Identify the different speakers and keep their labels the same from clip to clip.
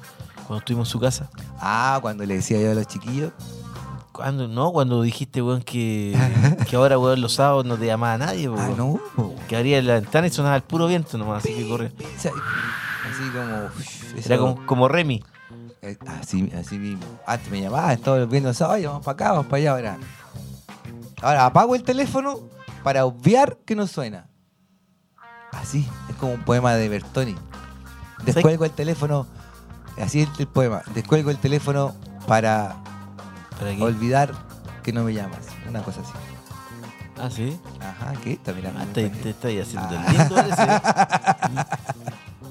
Speaker 1: cuando estuvimos en su casa.
Speaker 2: Ah, cuando le decía yo a los chiquillos.
Speaker 1: Cuando, no, cuando dijiste, weón, que, que ahora, weón, los sábados no te llamaba nadie, po,
Speaker 2: Ah,
Speaker 1: weón.
Speaker 2: no. po.
Speaker 1: Que abría la ventana y sonaba el puro viento nomás, así que corre.
Speaker 2: Pisa- Así como. uff,
Speaker 1: Era
Speaker 2: eso-
Speaker 1: como, como Remy.
Speaker 2: Eh, Así, así mismo. Antes me llamabas, estabas viendo eso, oye, vamos para acá, vamos para allá ahora. Ahora apago el teléfono para obviar que no suena. Así, es como un poema de Bertoni. Descuelgo el teléfono, así es el poema, descuelgo el teléfono para
Speaker 1: ¿Para qué?
Speaker 2: olvidar que no me llamas. Una cosa así.
Speaker 1: Ah, sí.
Speaker 2: Ajá, ¿qué? Está mirando.
Speaker 1: Ah, te, te estáis haciendo
Speaker 2: Ah.
Speaker 1: el lindo, parece.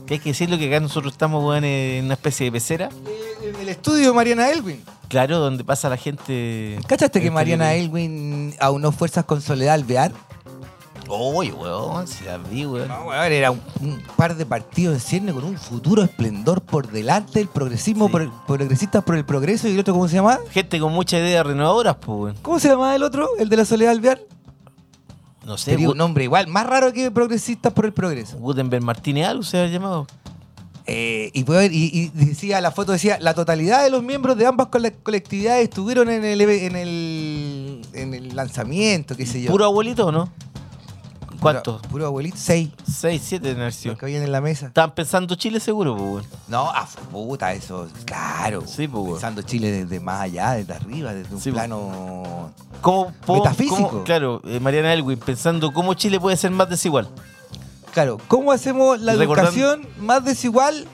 Speaker 1: Que hay que decirlo que acá nosotros estamos, weón, en una especie de pecera.
Speaker 2: Eh, El estudio de Mariana Elwin.
Speaker 1: Claro, donde pasa la gente.
Speaker 2: ¿Cachaste que
Speaker 1: Este
Speaker 2: Mariana
Speaker 1: que-
Speaker 2: Elwin aunó fuerzas con Soledad Alvear?
Speaker 1: Oye, weón, si la vi, weón.
Speaker 2: No, weón, era un, un par de partidos en cierne con un futuro esplendor por delante, el progresismo,
Speaker 1: Sí.
Speaker 2: por el- progresistas por el progreso y el otro, ¿cómo se llama?
Speaker 1: Gente con muchas ideas renovadoras, pues, weón.
Speaker 2: ¿Cómo se llamaba el otro? El de la Soledad Alvear.
Speaker 1: No sé,
Speaker 2: Tenía
Speaker 1: Gu-
Speaker 2: un nombre igual, más raro que progresistas por el progreso.
Speaker 1: Gutenberg Martínez algo se había llamado.
Speaker 2: Eh, y, weón, y- y decía, la foto decía, la totalidad de los miembros de ambas cole- colectividades estuvieron en el, eve- en el, en el lanzamiento, qué sé yo.
Speaker 1: ¿Puro abuelito o no? ¿Cuántos?
Speaker 2: Puro, puro abuelito, seis.
Speaker 1: Seis, siete Narciso.
Speaker 2: Los que habían en la mesa.
Speaker 1: Estaban pensando Chile seguro, pues, weón.
Speaker 2: No, a fu- puta, eso, claro.
Speaker 1: Sí, pues, weón.
Speaker 2: Pensando Chile desde más allá, desde arriba, desde un
Speaker 1: Sí, pues.
Speaker 2: plano.
Speaker 1: ¿Cómo, po-
Speaker 2: Metafísico.
Speaker 1: cómo- claro, eh, Mariana Elwin, pensando cómo Chile puede ser más desigual.
Speaker 2: Claro, ¿cómo hacemos la
Speaker 1: Y recordando-
Speaker 2: educación más desigual?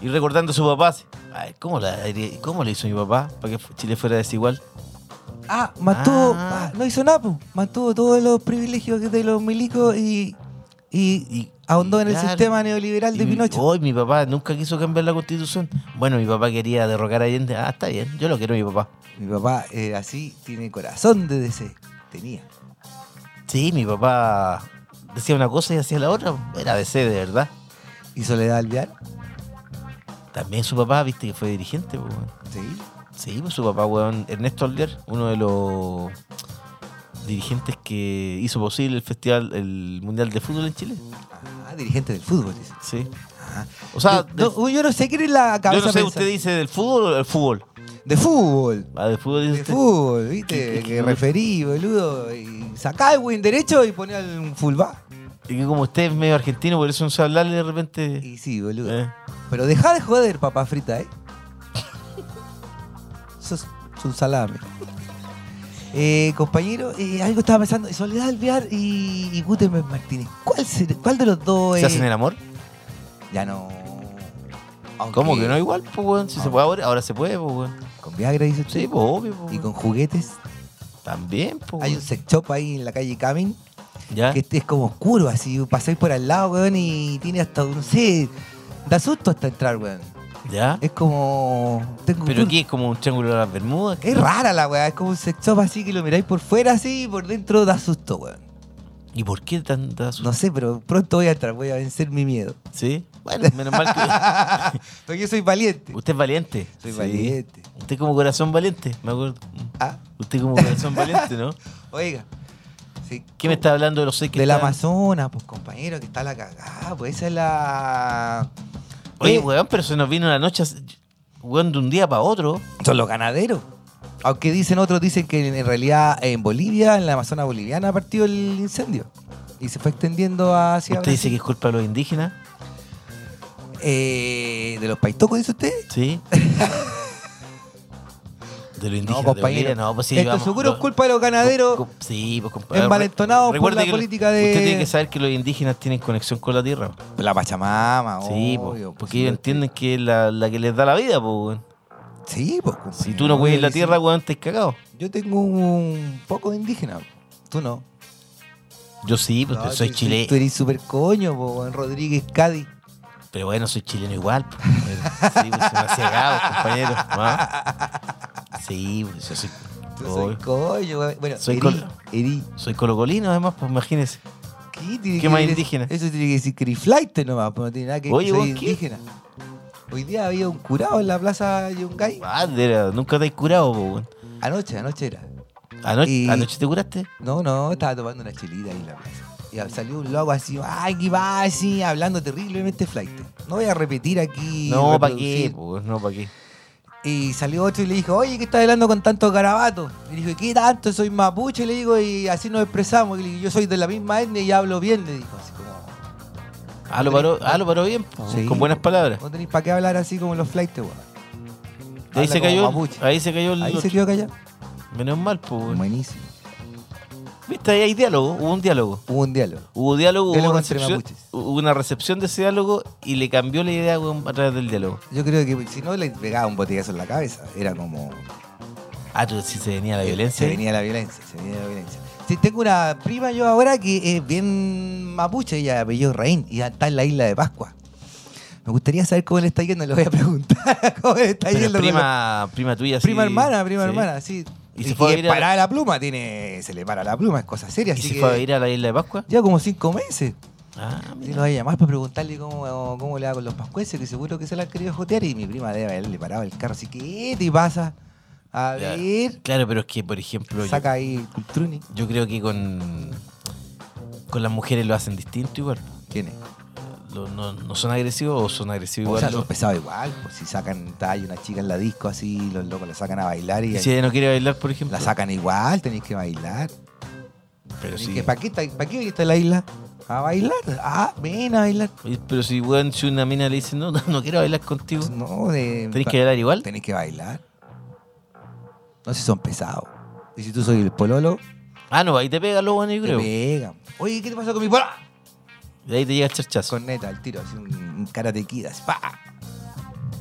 Speaker 1: Y recordando a su papá, así, "Ay, ¿cómo, la, ¿cómo le hizo mi papá para que fu- Chile fuera desigual?
Speaker 2: Ah, mantuvo,
Speaker 1: Ah.
Speaker 2: ah, no hizo nada, pues. mantuvo todos los privilegios de los milicos y, y,
Speaker 1: Y-
Speaker 2: ahondó en el
Speaker 1: claro.
Speaker 2: sistema neoliberal de
Speaker 1: Y mi-
Speaker 2: Pinochet.
Speaker 1: Mm, Hoy mi papá nunca quiso cambiar la constitución. Bueno, mi papá quería derrocar a Allende. Ah, está bien, yo lo quiero a mi papá.
Speaker 2: Mi papá eh, así tiene corazón de DC, tenía.
Speaker 1: Sí, mi papá decía una cosa y hacía la otra. Era DC de verdad.
Speaker 2: ¿Y Soledad Alvear?
Speaker 1: También su papá, viste que fue dirigente, po, weón.
Speaker 2: Sí.
Speaker 1: Sí, pues su papá, weón. Ernesto Alder, uno de los dirigentes que hizo posible el festival, el Mundial de Fútbol en Chile.
Speaker 2: Ah, dirigente del fútbol, dice.
Speaker 1: Sí.
Speaker 2: Ah.
Speaker 1: O sea,
Speaker 2: yo,
Speaker 1: del-
Speaker 2: no, yo no sé quién es la cabeza.
Speaker 1: yo no sé,
Speaker 2: pensante.
Speaker 1: usted dice del fútbol o del fútbol.
Speaker 2: De fútbol.
Speaker 1: Ah, del fútbol dice
Speaker 2: De
Speaker 1: usted.
Speaker 2: fútbol, ¿viste?
Speaker 1: ¿Qué- qué-
Speaker 2: que
Speaker 1: qué-
Speaker 2: referí, boludo. Y sacá el buen derecho y ponía un fullback.
Speaker 1: Y que como usted es medio argentino, por eso no sabe hablarle de repente.
Speaker 2: Y sí, boludo.
Speaker 1: eh.
Speaker 2: Pero dejá de joder, papá frita, ¿eh? Sos un salame. Eh, compañero, eh, algo estaba pensando. Soledad Alvear y, y Gutenberg Martínez. ¿Cuál, ser- ¿Cuál de los dos es?
Speaker 1: ¿Se hacen el amor?
Speaker 2: Ya no. Aunque-
Speaker 1: ¿Cómo que no igual, pues, weón?
Speaker 2: Ah.
Speaker 1: Si se puede ahora, ahora se puede, pues, weón.
Speaker 2: Con Viagra, dice usted.
Speaker 1: Sí, pues, obvio, pues.
Speaker 2: Y con juguetes.
Speaker 1: También, pues.
Speaker 2: Hay un sex shop ahí en la calle Camin.
Speaker 1: ¿Ya?
Speaker 2: que es como oscuro, así pasáis por al lado, weón, y tiene hasta, no sé, da susto hasta entrar, weón.
Speaker 1: ¿Ya?
Speaker 2: Es como... Tengo
Speaker 1: ¿Pero
Speaker 2: un-
Speaker 1: qué? ¿Es como un triángulo de las Bermudas?
Speaker 2: Es rara la weá, es como un sex shop así que lo miráis por fuera así y por dentro da susto, weón.
Speaker 1: ¿Y por qué tanta su-
Speaker 2: No sé, pero pronto voy a entrar, voy a vencer mi miedo.
Speaker 1: ¿Sí? Bueno, menos mal que...
Speaker 2: Porque yo soy valiente.
Speaker 1: Usted es valiente.
Speaker 2: Soy
Speaker 1: Sí.
Speaker 2: valiente.
Speaker 1: Usted como corazón valiente, me acuerdo.
Speaker 2: Ah,
Speaker 1: Usted como corazón valiente, ¿no?
Speaker 2: oiga. Sí.
Speaker 1: ¿Qué me está hablando de los seis que
Speaker 2: Del
Speaker 1: están-
Speaker 2: Amazonas, pues compañero, que está la cagada, pues esa es la...
Speaker 1: Oye,
Speaker 2: Eh.
Speaker 1: weón, pero se nos vino la noche, weón, de un día para otro.
Speaker 2: Son los ganaderos. Aunque dicen otros, dicen que en realidad en Bolivia, en la Amazona boliviana, partió el incendio. Y se fue extendiendo hacia...
Speaker 1: Usted dice que es culpa de los indígenas,
Speaker 2: Eh, ¿De los paitocos, dice usted?
Speaker 1: ¿sí? de los indígenas.
Speaker 2: No,
Speaker 1: de
Speaker 2: compañero.
Speaker 1: Bolivia, no, pues sí,
Speaker 2: Esto
Speaker 1: vamos,
Speaker 2: seguro
Speaker 1: no.
Speaker 2: es culpa de los ganaderos.
Speaker 1: Co- co- Sí, pues compadre.
Speaker 2: Envalentonados por
Speaker 1: Recuerde
Speaker 2: la
Speaker 1: que
Speaker 2: política de-
Speaker 1: Usted tiene que saber que los indígenas tienen conexión con la tierra.
Speaker 2: La Pachamama,
Speaker 1: sí, po,
Speaker 2: obvio, pues,
Speaker 1: porque ellos entienden que es la, la que les da la vida, po, weón.
Speaker 2: Sí, pues.
Speaker 1: Si tú no cuidas la tierra, weón, te cagado.
Speaker 2: Yo tengo un poco de indígena. Tú no.
Speaker 1: Yo sí, pues
Speaker 2: No,
Speaker 1: soy
Speaker 2: tú-
Speaker 1: chileno.
Speaker 2: Tú eres súper coño, po, en Rodríguez Cádiz.
Speaker 1: Pero bueno, soy chileno igual. po, weón. Sí, pues soy más cegado, compañero. ¿no? Sí, pues yo soy.
Speaker 2: Tú
Speaker 1: Soy,
Speaker 2: soy coño, weón. bueno,
Speaker 1: Soy
Speaker 2: eri,
Speaker 1: col-
Speaker 2: eri.
Speaker 1: soy colocolino, además, pues imagínese.
Speaker 2: ¿Qué, tiene
Speaker 1: ¿Qué
Speaker 2: que
Speaker 1: más
Speaker 2: ver eso?
Speaker 1: indígena?
Speaker 2: Eso tiene que decir criflaite nomás, pues no tiene nada que ver
Speaker 1: Oye,
Speaker 2: soy
Speaker 1: ¿vos qué?
Speaker 2: indígena. Hoy día había un curado en la plaza Yungay.
Speaker 1: Ah, de verdad, nunca te has curado, po, weón.
Speaker 2: Anoche, anoche era.
Speaker 1: Anoche,
Speaker 2: Y-
Speaker 1: anoche te curaste.
Speaker 2: No, no, estaba tomando una chelita ahí en la plaza. Y salió un loco así, ay, que va así, hablando terriblemente flight. No voy a repetir aquí.
Speaker 1: No, ¿para qué?
Speaker 2: reproducir.
Speaker 1: po, weón? No, ¿para qué?
Speaker 2: Y salió otro y le dijo, oye, ¿qué estás hablando con tantos garabatos? Y dijo, ¿qué tanto? Soy mapuche, le digo, y así nos expresamos. Y le digo, yo soy de la misma etnia y hablo bien, le dijo. Así como,
Speaker 1: Ah, lo paró, ah, lo paró bien, po,
Speaker 2: Sí.
Speaker 1: con buenas palabras.
Speaker 2: no tenéis para qué hablar así como los flights, weón.
Speaker 1: De ahí
Speaker 2: Habla
Speaker 1: se
Speaker 2: como
Speaker 1: cayó,
Speaker 2: mapuche.
Speaker 1: ahí se cayó el
Speaker 2: Ahí se
Speaker 1: otro.
Speaker 2: quedó callado.
Speaker 1: Menos mal, pues. weón.
Speaker 2: Buenísimo.
Speaker 1: Viste, ahí hay diálogo, hubo un diálogo.
Speaker 2: Hubo un diálogo.
Speaker 1: Hubo diálogo, hubo
Speaker 2: Diálogo
Speaker 1: una,
Speaker 2: entre
Speaker 1: recepción,
Speaker 2: mapuches.
Speaker 1: hubo una recepción de ese diálogo y le cambió la idea weón, a través del diálogo.
Speaker 2: Yo creo que si no le pegaba un botellazo en la cabeza, era como...
Speaker 1: Ah, tú sí se venía la violencia.
Speaker 2: Eh, Se venía la violencia, se venía la violencia. Sí, tengo una prima yo ahora que es bien mapuche, ella de apellido Reín, y está en la isla de Pascua. Me gustaría saber cómo le está yendo, le voy a preguntar cómo le está
Speaker 1: Pero
Speaker 2: yendo. con la-
Speaker 1: prima, prima tuya. sí.
Speaker 2: prima hermana, prima
Speaker 1: Sí.
Speaker 2: hermana, sí.
Speaker 1: Y
Speaker 2: Y,
Speaker 1: se
Speaker 2: se
Speaker 1: fue a vivir a la-
Speaker 2: parada la pluma, tiene, se le para la pluma, es cosa seria.
Speaker 1: ¿Y
Speaker 2: así
Speaker 1: se
Speaker 2: que
Speaker 1: fue a ir a la isla de Pascua?
Speaker 2: Lleva como cinco meses.
Speaker 1: Ah,
Speaker 2: Y lo voy a llamar para preguntarle cómo, cómo le va con los pascuenses, que seguro que se la han querido jotear. Y mi prima debe haberle parado el carro, así que, ¿qué te pasa? A
Speaker 1: Claro.
Speaker 2: ver,
Speaker 1: claro, pero es que, por ejemplo, yo,
Speaker 2: saca ahí el cultruni.
Speaker 1: yo creo que con, con las mujeres lo hacen distinto igual.
Speaker 2: ¿Quién es?
Speaker 1: Lo- no, no son agresivos o son agresivos
Speaker 2: O
Speaker 1: igual.
Speaker 2: sea,
Speaker 1: ¿no?
Speaker 2: los pesados igual, pues si sacan, hay una chica en la disco así, los locos la sacan a bailar y
Speaker 1: Y si ella no quiere bailar, por ejemplo.
Speaker 2: la sacan igual, tenéis que bailar.
Speaker 1: Pero
Speaker 2: Tenéis
Speaker 1: sí.
Speaker 2: que, ¿Para qué, está- pa' qué viniste a la isla? A bailar, ah, ven a bailar.
Speaker 1: Oye, Pero si, weón, si una mina le dice, no, no, no quiero bailar contigo,
Speaker 2: No, de,
Speaker 1: ¿tenés que bailar igual?
Speaker 2: tenés que bailar. No sé si son pesados. Y si tú soy el pololo,
Speaker 1: Ah, no, ahí te pega lo bueno, yo
Speaker 2: te
Speaker 1: creo.
Speaker 2: pegan. Oye, ¿qué te pasó con mi polola?
Speaker 1: De ahí te llega el charchazo.
Speaker 2: Con neta, el tiro, así un, un karate kid, así, pa.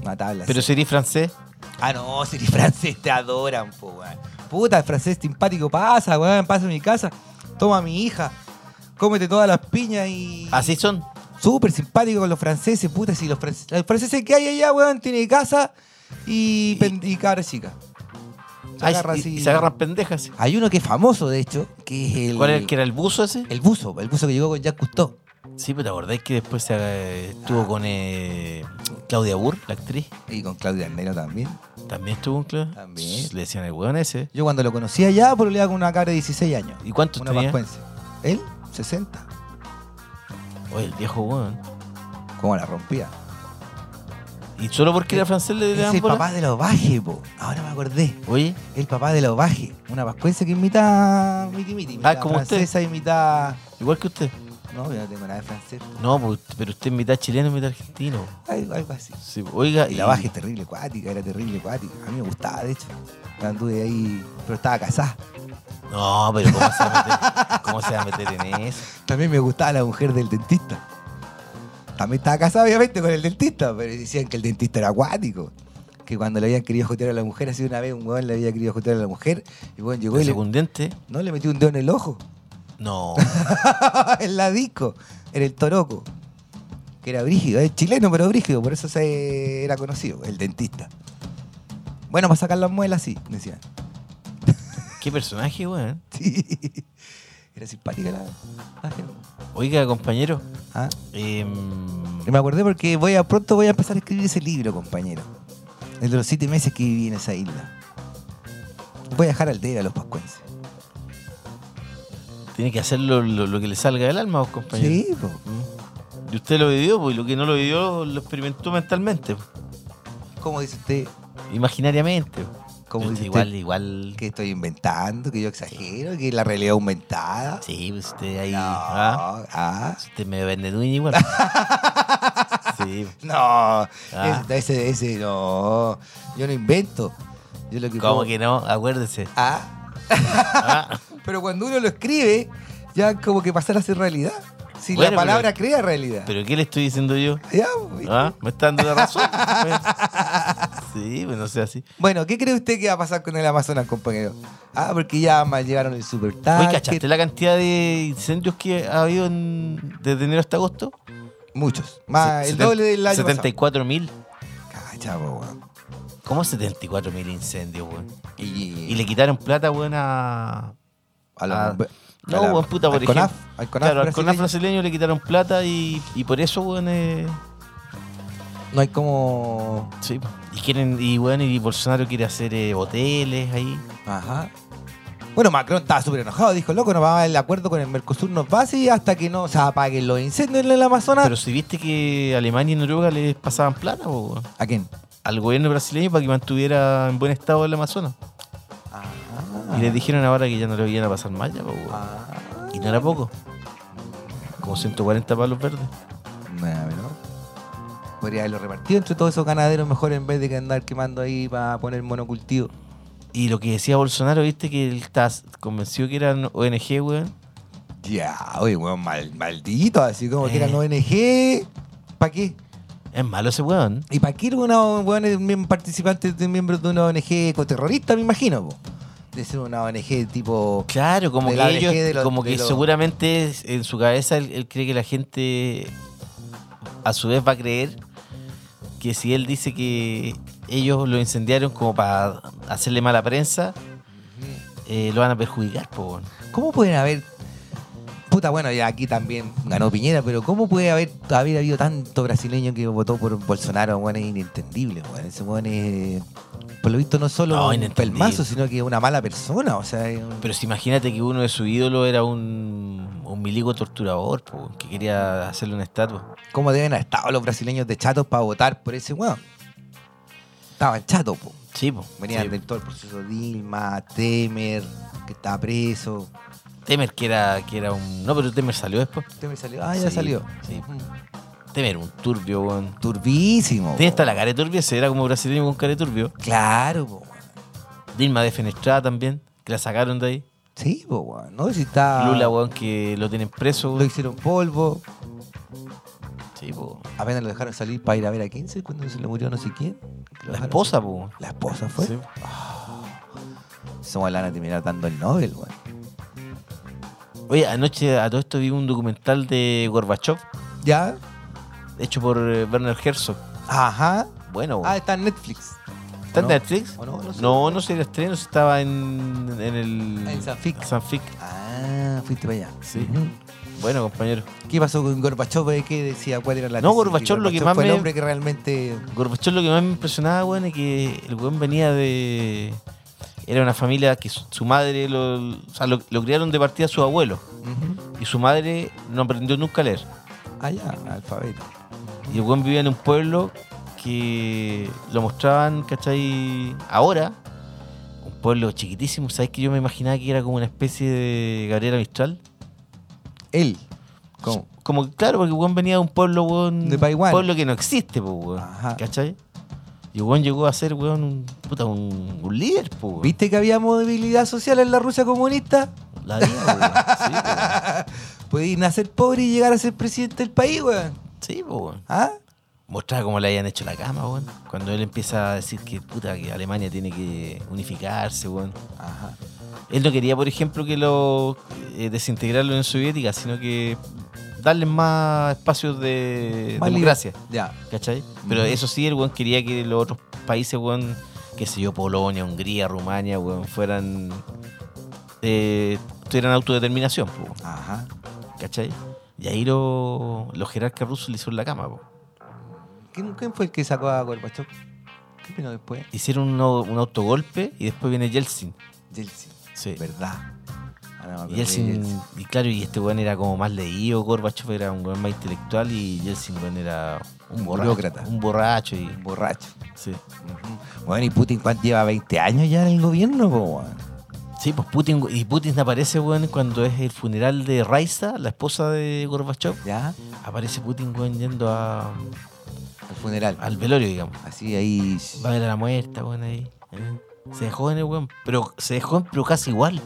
Speaker 2: Una tabla
Speaker 1: Pero
Speaker 2: así.
Speaker 1: si eres francés,
Speaker 2: Ah, no, si eres francés te adoran, po, weón. Puta, el francés simpático pasa, weón, pasa a mi casa, toma a mi hija, cómete todas las piñas y.
Speaker 1: así son.
Speaker 2: Súper simpático con los franceses, puta, si los franceses. Los franceses que hay allá, weón, tiene casa y, pen- y cabra chica. Se
Speaker 1: Ay,
Speaker 2: agarra
Speaker 1: y,
Speaker 2: así.
Speaker 1: y se agarran pendejas.
Speaker 2: Hay uno que es famoso, de hecho, que es el.
Speaker 1: ¿Cuál era el que era el buzo ese?
Speaker 2: el buzo, el buzo que llegó con Jacques Cousteau.
Speaker 1: Sí, pero te acordáis que después se, eh, estuvo con eh, Claudia Burr, la actriz.
Speaker 2: Y con Claudia Arnero también.
Speaker 1: También estuvo con Claudia.
Speaker 2: También.
Speaker 1: Le decían el weón ese.
Speaker 2: Yo cuando lo conocí allá, por con una cabra de 16 años.
Speaker 1: ¿Y cuántos
Speaker 2: Una
Speaker 1: tenía?
Speaker 2: pascuense. ¿Él? 60.
Speaker 1: Oye, el viejo weón.
Speaker 2: ¿Cómo la rompía?
Speaker 1: Y solo porque era francés le
Speaker 2: Es
Speaker 1: daban
Speaker 2: el
Speaker 1: bola.
Speaker 2: papá de los Bajes, po. Ahora me acordé.
Speaker 1: Oye,
Speaker 2: El papá de los Bajes. Una pascuense que imita miti miti.
Speaker 1: Ah,
Speaker 2: mitad
Speaker 1: como usted.
Speaker 2: francesa y mitad...
Speaker 1: igual que usted.
Speaker 2: No, yo no tengo nada de francés.
Speaker 1: No, pues, pero usted es mitad chileno y mitad argentino.
Speaker 2: Algo, algo así.
Speaker 1: Sí, pues, oiga,
Speaker 2: Y la Baje es terrible cuática, era terrible cuática. A mí me gustaba, de hecho. La anduve ahí, pero estaba casada.
Speaker 1: No, pero ¿cómo se, va a meter, ¿cómo se va a meter en eso?
Speaker 2: También me gustaba la mujer del dentista. También estaba casada, obviamente, con el dentista, pero decían que el dentista era acuático. Que cuando le habían querido jotear a la mujer, así una vez un weón le había querido jotear a la mujer, y el weón llegó
Speaker 1: ¿El
Speaker 2: y le,
Speaker 1: secundiente?
Speaker 2: no le metió un dedo en el ojo, Ah,
Speaker 1: No.
Speaker 2: en la disco, en el toroco. Que era brígido, es chileno, pero brígido, por eso se era conocido, el dentista. Bueno, para sacar las muelas, sí, decían.
Speaker 1: ¿Qué personaje, weón?
Speaker 2: Sí. Era simpática la, la gente.
Speaker 1: Oiga, compañero.
Speaker 2: Ah.
Speaker 1: em,
Speaker 2: Me acordé porque voy a, pronto voy a empezar a escribir ese libro, compañero. El de los siete meses que viví en esa isla. Voy a dejar al debe a los pascuenses.
Speaker 1: Tiene que hacer lo, lo- lo que le salga del alma, vos, compañero.
Speaker 2: Sí, po.
Speaker 1: Mm. Y usted lo vivió, pues y lo que no lo vivió lo experimentó mentalmente,
Speaker 2: ¿Cómo dice usted?
Speaker 1: imaginariamente.
Speaker 2: ¿Cómo
Speaker 1: Pero
Speaker 2: dice
Speaker 1: Este igual,
Speaker 2: usted?
Speaker 1: igual.
Speaker 2: Que estoy inventando, que yo exagero, que la realidad aumentada.
Speaker 1: Sí, pues usted ahí.
Speaker 2: No,
Speaker 1: ah,
Speaker 2: ah,
Speaker 1: usted me vende dueño igual. sí.
Speaker 2: no,
Speaker 1: Ah.
Speaker 2: es- ese, ese, no, yo no invento. Yo lo que
Speaker 1: ¿Cómo
Speaker 2: puedo-
Speaker 1: que no? Acuérdese.
Speaker 2: Ah,
Speaker 1: Ah,
Speaker 2: pero cuando uno lo escribe, ya como que pasar a ser realidad. Si
Speaker 1: Bueno,
Speaker 2: la
Speaker 1: pero-
Speaker 2: palabra crea realidad.
Speaker 1: ¿Pero qué le estoy diciendo yo?
Speaker 2: Ya, pues.
Speaker 1: ¿Ah? ¿Me está dando la razón? sí, pues no sea así.
Speaker 2: Bueno, ¿qué cree usted que va a pasar con el Amazonas, compañero? Ah, porque ya ma- llegaron el Super
Speaker 1: Oye,
Speaker 2: Tanker.
Speaker 1: ¿cachaste la cantidad de incendios que ha habido en- desde enero hasta agosto?
Speaker 2: Muchos. Más
Speaker 1: Se-
Speaker 2: Ah, el
Speaker 1: seten-
Speaker 2: doble del año
Speaker 1: 74 mil.
Speaker 2: pasado. Cacha, po, weón.
Speaker 1: ¿Cómo 74 mil incendios, weón?
Speaker 2: Y,
Speaker 1: Y le quitaron plata, weón, a...
Speaker 2: a los
Speaker 1: a-
Speaker 2: bombe-
Speaker 1: No,
Speaker 2: a la-
Speaker 1: weón, puta, por
Speaker 2: al CONAF,
Speaker 1: ejemplo.
Speaker 2: al CONAF
Speaker 1: claro, al
Speaker 2: brasileño.
Speaker 1: CONAF brasileño le quitaron plata y, y por eso, weón, eh,
Speaker 2: No hay como...
Speaker 1: sí. po. Y quieren, y weón, y Bolsonaro quiere hacer eh, hoteles ahí.
Speaker 2: Ajá. Bueno, Macron estaba súper enojado. Dijo, loco, nos va el acuerdo con el Mercosur, nos va así hasta que no se apaguen los incendios en el Amazonas.
Speaker 1: Pero si viste que Alemania y Noruega les pasaban plata, po, weón,
Speaker 2: ¿A quién?
Speaker 1: al gobierno brasileño para que mantuviera en buen estado el Amazonas. Y les dijeron ahora que ya no le iban a pasar más ya, po, weón.
Speaker 2: Ah,
Speaker 1: Y no era poco. Como 140 palos verdes.
Speaker 2: nada, pero... Podría haberlo repartido entre todos esos ganaderos mejor en vez de que andar quemando ahí para poner monocultivo.
Speaker 1: Y lo que decía Bolsonaro, viste que él está convencido que eran ONG, weón.
Speaker 2: Ya, oye, weón, mal, maldito, así como que eran
Speaker 1: Eh.
Speaker 2: ONG. ¿Para qué?
Speaker 1: Es malo ese weón.
Speaker 2: ¿Y para qué era una weón es miem- participante de miembros de una ONG ecoterrorista, me imagino? po? De ser una ONG tipo.
Speaker 1: Claro, como
Speaker 2: De
Speaker 1: que
Speaker 2: la
Speaker 1: ellos,
Speaker 2: ONG de los-
Speaker 1: como
Speaker 2: de
Speaker 1: que
Speaker 2: los-
Speaker 1: seguramente es- en su cabeza él, él cree que la gente a su vez va a creer que si él dice que ellos lo incendiaron como para hacerle mala prensa, eh, lo van a perjudicar, po, weón.
Speaker 2: ¿Cómo pueden haber. Puta, bueno, ya aquí también ganó Piñera, pero ¿cómo puede haber, haber habido tanto brasileño que votó por Bolsonaro? Weón, es inentendible, weón. Ese weón es. Por lo visto, no solo
Speaker 1: No,
Speaker 2: un
Speaker 1: inentendible.
Speaker 2: pelmazo, sino que es una mala persona, o sea. es un-
Speaker 1: Pero si imagínate que uno de sus ídolos era un, un milico torturador, po, weón, que quería hacerle una estatua.
Speaker 2: ¿Cómo deben haber estado los brasileños de chatos para votar por ese weón? Estaban chatos, po.
Speaker 1: Sí, po.
Speaker 2: Venían
Speaker 1: Sí.
Speaker 2: de todo el proceso Dilma, Temer, que estaba preso.
Speaker 1: Temer que era, que era un. No, pero Temer salió después.
Speaker 2: Temer salió. Ah, ya
Speaker 1: Sí,
Speaker 2: salió.
Speaker 1: sí.
Speaker 2: Mm.
Speaker 1: Temer, un turbio, weón.
Speaker 2: Turbísimo.
Speaker 1: Tiene
Speaker 2: po.
Speaker 1: hasta la cara de turbia, se era como brasileño con cara de turbio.
Speaker 2: Claro, po.
Speaker 1: Dilma defenestrada también, que la sacaron de ahí.
Speaker 2: Sí, po, weón. No, si está.
Speaker 1: Lula, weón, que lo tienen preso,
Speaker 2: Lo
Speaker 1: weón.
Speaker 2: hicieron polvo.
Speaker 1: Sí, po.
Speaker 2: Apenas lo dejaron salir para ir a ver a 15 cuando se le murió no sé quién. Lo
Speaker 1: La
Speaker 2: dejaron-
Speaker 1: esposa, po. weón.
Speaker 2: La esposa fue.
Speaker 1: Sí.
Speaker 2: Somos la van a terminar dando el Nobel, weón.
Speaker 1: Oye, anoche a todo esto vi un documental de Gorbachev,
Speaker 2: ¿Ya?
Speaker 1: hecho por eh, Werner Herzog.
Speaker 2: Ajá.
Speaker 1: Bueno, weón.
Speaker 2: Ah, está en Netflix.
Speaker 1: Oh. ¿Está en
Speaker 2: ¿o no?
Speaker 1: Netflix?
Speaker 2: ¿O no? No sé.
Speaker 1: No, no sé, el estreno si estaba en, en el.
Speaker 2: En Sanfic.
Speaker 1: Sanfic.
Speaker 2: Ah, fuiste para allá.
Speaker 1: Sí.
Speaker 2: Ujú.
Speaker 1: Bueno, compañero.
Speaker 2: ¿Qué pasó con Gorbachev? ¿Qué decía? ¿Cuál era la
Speaker 1: No,
Speaker 2: tesis?
Speaker 1: Gorbachov lo que más
Speaker 2: fue el
Speaker 1: me-
Speaker 2: hombre que realmente...
Speaker 1: Gorbachov lo que más me impresionaba, weón, es que el weón venía de. Era una familia que su su madre lo, o sea, lo, lo criaron de partida sus abuelos.
Speaker 2: Ujú.
Speaker 1: Y su madre no aprendió nunca a leer.
Speaker 2: Allá, alfabeto.
Speaker 1: Y el weón vivía en un pueblo que lo mostraban, ¿cachai? Ahora, un pueblo chiquitísimo. ¿Sabes que yo me imaginaba que era como una especie de Gabriela Mistral?
Speaker 2: Él. ¿Cómo?
Speaker 1: Como que, claro, porque el weón venía de un pueblo, weón.
Speaker 2: De Paiwán.
Speaker 1: pueblo que no existe, po, weón.
Speaker 2: Ajá.
Speaker 1: ¿Cachai? Y el weón llegó a ser, weón, un, puta, un, un líder, po, weón.
Speaker 2: ¿Viste que había movilidad social en la Rusia comunista?
Speaker 1: La vida,
Speaker 2: Podéis nacer pobre y llegar a ser presidente del país, weón.
Speaker 1: sí, po, weón. Sí, po, weón.
Speaker 2: ¿Ah?
Speaker 1: Mostraba cómo le habían hecho la cama, weón. Cuando él empieza a decir que, puta, que Alemania tiene que unificarse, weón.
Speaker 2: Ajá.
Speaker 1: Él no quería, por ejemplo, que lo eh, desintegrar la Unión Soviética, sino que darles más espacios de
Speaker 2: Más
Speaker 1: Eh, democracia,
Speaker 2: Ya.
Speaker 1: ¿cachai? Pero
Speaker 2: Ujú.
Speaker 1: eso sí, el weón quería que los otros países, weón, qué sé yo, Polonia, Hungría, Rumania, weón, fueran... eh, tuvieran autodeterminación, po, weón.
Speaker 2: Ajá.
Speaker 1: ¿Cachai? Y ahí lo- los jerarcas rusos le hicieron la cama. po.
Speaker 2: ¿Quién, quién fue el que sacó a Gorbachev? ¿Qué vino después?
Speaker 1: Hicieron un, au- un autogolpe y después viene Yeltsin.
Speaker 2: Yeltsin.
Speaker 1: Sí.
Speaker 2: ¿Verdad? Ahora me acordé de
Speaker 1: Yeltsin,
Speaker 2: Yeltsin.
Speaker 1: y claro, y este weón era como más leído, Gorbachev era un weón más intelectual y Yeltsin weón era un
Speaker 2: Un
Speaker 1: borracho.
Speaker 2: burócrata.
Speaker 1: Un borracho y.
Speaker 2: Borracho.
Speaker 1: Sí.
Speaker 2: Ujú. Bueno, y Putin, ¿cuánto lleva? ¿20 años ya en el gobierno? po, weón?
Speaker 1: Sí, pues Putin, y Putin aparece, weón, cuando es el funeral de Raisa, la esposa de Gorbachev.
Speaker 2: ¿Ya?
Speaker 1: Aparece Putin, weón, yendo a,
Speaker 2: Al funeral.
Speaker 1: al velorio, digamos.
Speaker 2: Así ahí.
Speaker 1: Va a ver a la muerta, weón, ahí. ¿eh? Se dejó en el weón, pero se dejó en, pero casi igual.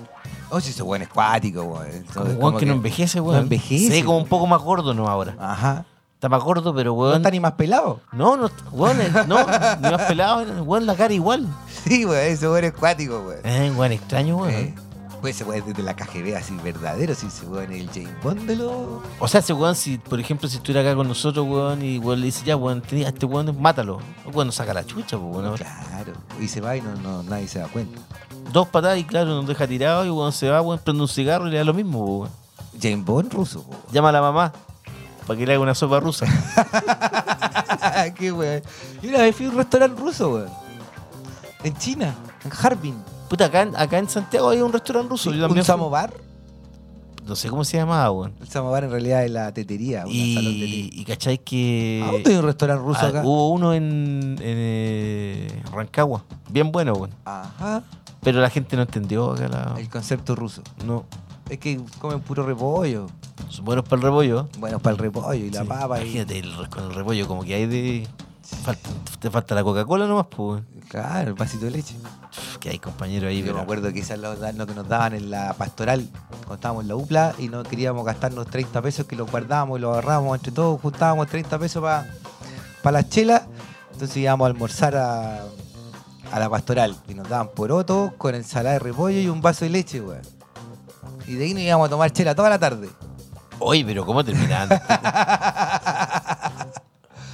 Speaker 2: Oh, sí, ese weón es cuático, weón. Entonces,
Speaker 1: Como un weón
Speaker 2: como
Speaker 1: que, no envejece,
Speaker 2: no
Speaker 1: weón.
Speaker 2: envejece,
Speaker 1: Se ve como un
Speaker 2: weón.
Speaker 1: poco más gordo, no ahora.
Speaker 2: Ajá.
Speaker 1: Está más gordo, pero
Speaker 2: No
Speaker 1: weón.
Speaker 2: está ni más pelado.
Speaker 1: No, no, weón, eh, no, ni más pelado, weón, la cara igual.
Speaker 2: Sí, weón, ese weón es cuático, weón.
Speaker 1: Eh, weón, extraño, weón.
Speaker 2: Eh, Pues ese weón es desde la KGB, así verdadero, si ese weón es el James Bond de los.
Speaker 1: O sea, ese weón, si, por ejemplo, si estuviera acá con nosotros, weón, y weón le dice, ya, weón, tení- a este weón, mátalo. Weón, nos saca la chucha, pues, weón.
Speaker 2: Claro. Y se va y no, no- nadie se da cuenta.
Speaker 1: Dos patadas y claro, nos deja tirado y weón se va, weón, prende un cigarro y le da lo mismo, po, weón.
Speaker 2: James Bond ruso, po, weón.
Speaker 1: Llama a la mamá para que le haga una sopa rusa.
Speaker 2: Qué weón. Yo una vez fui a un restaurante ruso, weón. En China, en Harbin.
Speaker 1: Puta, acá, en- acá en Santiago hay un restaurante ruso. yo también
Speaker 2: un
Speaker 1: fui.
Speaker 2: samovar.
Speaker 1: No sé cómo se llamaba, weón.
Speaker 2: El samovar en realidad es la tetería, una Ah, salón de
Speaker 1: Y, eh,
Speaker 2: té.
Speaker 1: y cachai que.
Speaker 2: ¿A dónde hay un restaurante ruso
Speaker 1: ah,
Speaker 2: acá?
Speaker 1: Hubo uno en, en eh, Rancagua. Bien bueno, weón.
Speaker 2: Ajá.
Speaker 1: Pero la gente no entendió acá la.
Speaker 2: El concepto ruso.
Speaker 1: No.
Speaker 2: Es que comen puro repollo.
Speaker 1: Son buenos para el repollo.
Speaker 2: Bueno, para el repollo y la
Speaker 1: Sí.
Speaker 2: papa. y-
Speaker 1: Imagínate el re- con el repollo, como que hay de. falta- te falta la Coca-Cola nomás, pues. weón.
Speaker 2: Claro, el vasito de leche.
Speaker 1: Pff, Que hay compañeros ahí,
Speaker 2: yo me
Speaker 1: pero.
Speaker 2: acuerdo que esas lo, lo que nos daban en la pastoral cuando estábamos en la UPLA y no queríamos gastarnos 30 pesos que los guardábamos y los agarrábamos entre todos, juntábamos 30 pesos para las chelas. Entonces íbamos a almorzar a, a la pastoral y nos daban poroto con ensalada de repollo y un vaso de leche, weón. Y de ahí nos íbamos a tomar chela toda la tarde.
Speaker 1: Oye, pero ¿cómo terminaban?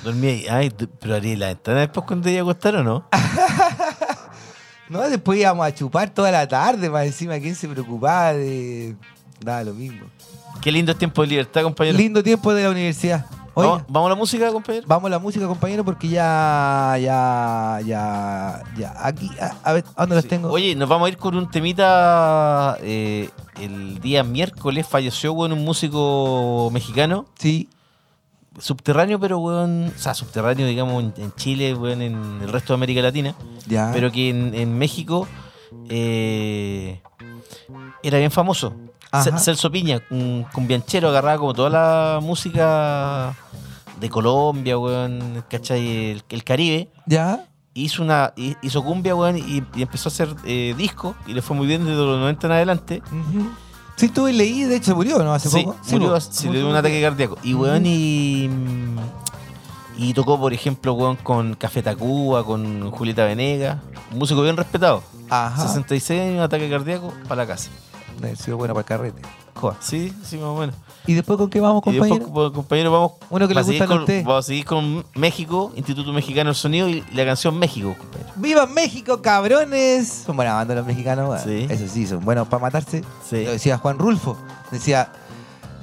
Speaker 1: Dormí ahí. Ay, d- pero abrí la ventana después cuando ella acostar o no.
Speaker 2: No, después íbamos a chupar toda la tarde, más encima, ¿quién se preocupaba de...? Daba lo mismo.
Speaker 1: Qué lindo tiempo de libertad, compañero.
Speaker 2: Lindo tiempo de la universidad. Oye,
Speaker 1: Vamos, vamos a la música, compañero.
Speaker 2: Vamos a la música, compañero, porque ya, ya, ya, ya. Aquí, a, a ver, ¿a ¿dónde las
Speaker 1: Sí.
Speaker 2: tengo?
Speaker 1: Oye, nos vamos a ir con un temita. eh, el día miércoles falleció, weón, un músico mexicano.
Speaker 2: Sí,
Speaker 1: Subterráneo, pero weón. O sea, subterráneo, digamos, en, en Chile, weón, en el resto de América Latina.
Speaker 2: ya.
Speaker 1: Pero que en, en México eh, era bien famoso.
Speaker 2: Ajá.
Speaker 1: Ce- Celso Piña, un cumbianchero, agarraba como toda la música de Colombia, weón, ¿cachai? El, el Caribe.
Speaker 2: ya.
Speaker 1: Hizo, una, hi- hizo cumbia, weón, y, y empezó a hacer eh, disco y le fue muy bien desde los 90 en adelante.
Speaker 2: ujú. Sí, estuve leí, de hecho murió, ¿no? Hace
Speaker 1: sí,
Speaker 2: poco.
Speaker 1: murió,
Speaker 2: po.
Speaker 1: sí, le dio un ataque cardíaco. Y, weón, y... Y tocó, por ejemplo, weón, con Café Tacuba, con Julieta Venegas, un músico bien respetado.
Speaker 2: Ajá.
Speaker 1: 66 años, ataque cardíaco, para la casa.
Speaker 2: Debe haber sido bueno para el carrete.
Speaker 1: Joa. Sí, sí, más o menos.
Speaker 2: ¿Y después con qué vamos,
Speaker 1: Y después,
Speaker 2: compañero?
Speaker 1: co- compañero, vamos,
Speaker 2: Uno que le
Speaker 1: va a seguir
Speaker 2: gustan a
Speaker 1: con-
Speaker 2: usted.
Speaker 1: vamos a seguir con México, Instituto Mexicano del Sonido y la canción México, compañero.
Speaker 2: ¡Viva México, cabrones! Son buena banda los mexicanos, weón.
Speaker 1: Sí.
Speaker 2: Eso sí, son buenos para matarse.
Speaker 1: Sí.
Speaker 2: Lo decía Juan Rulfo. Decía,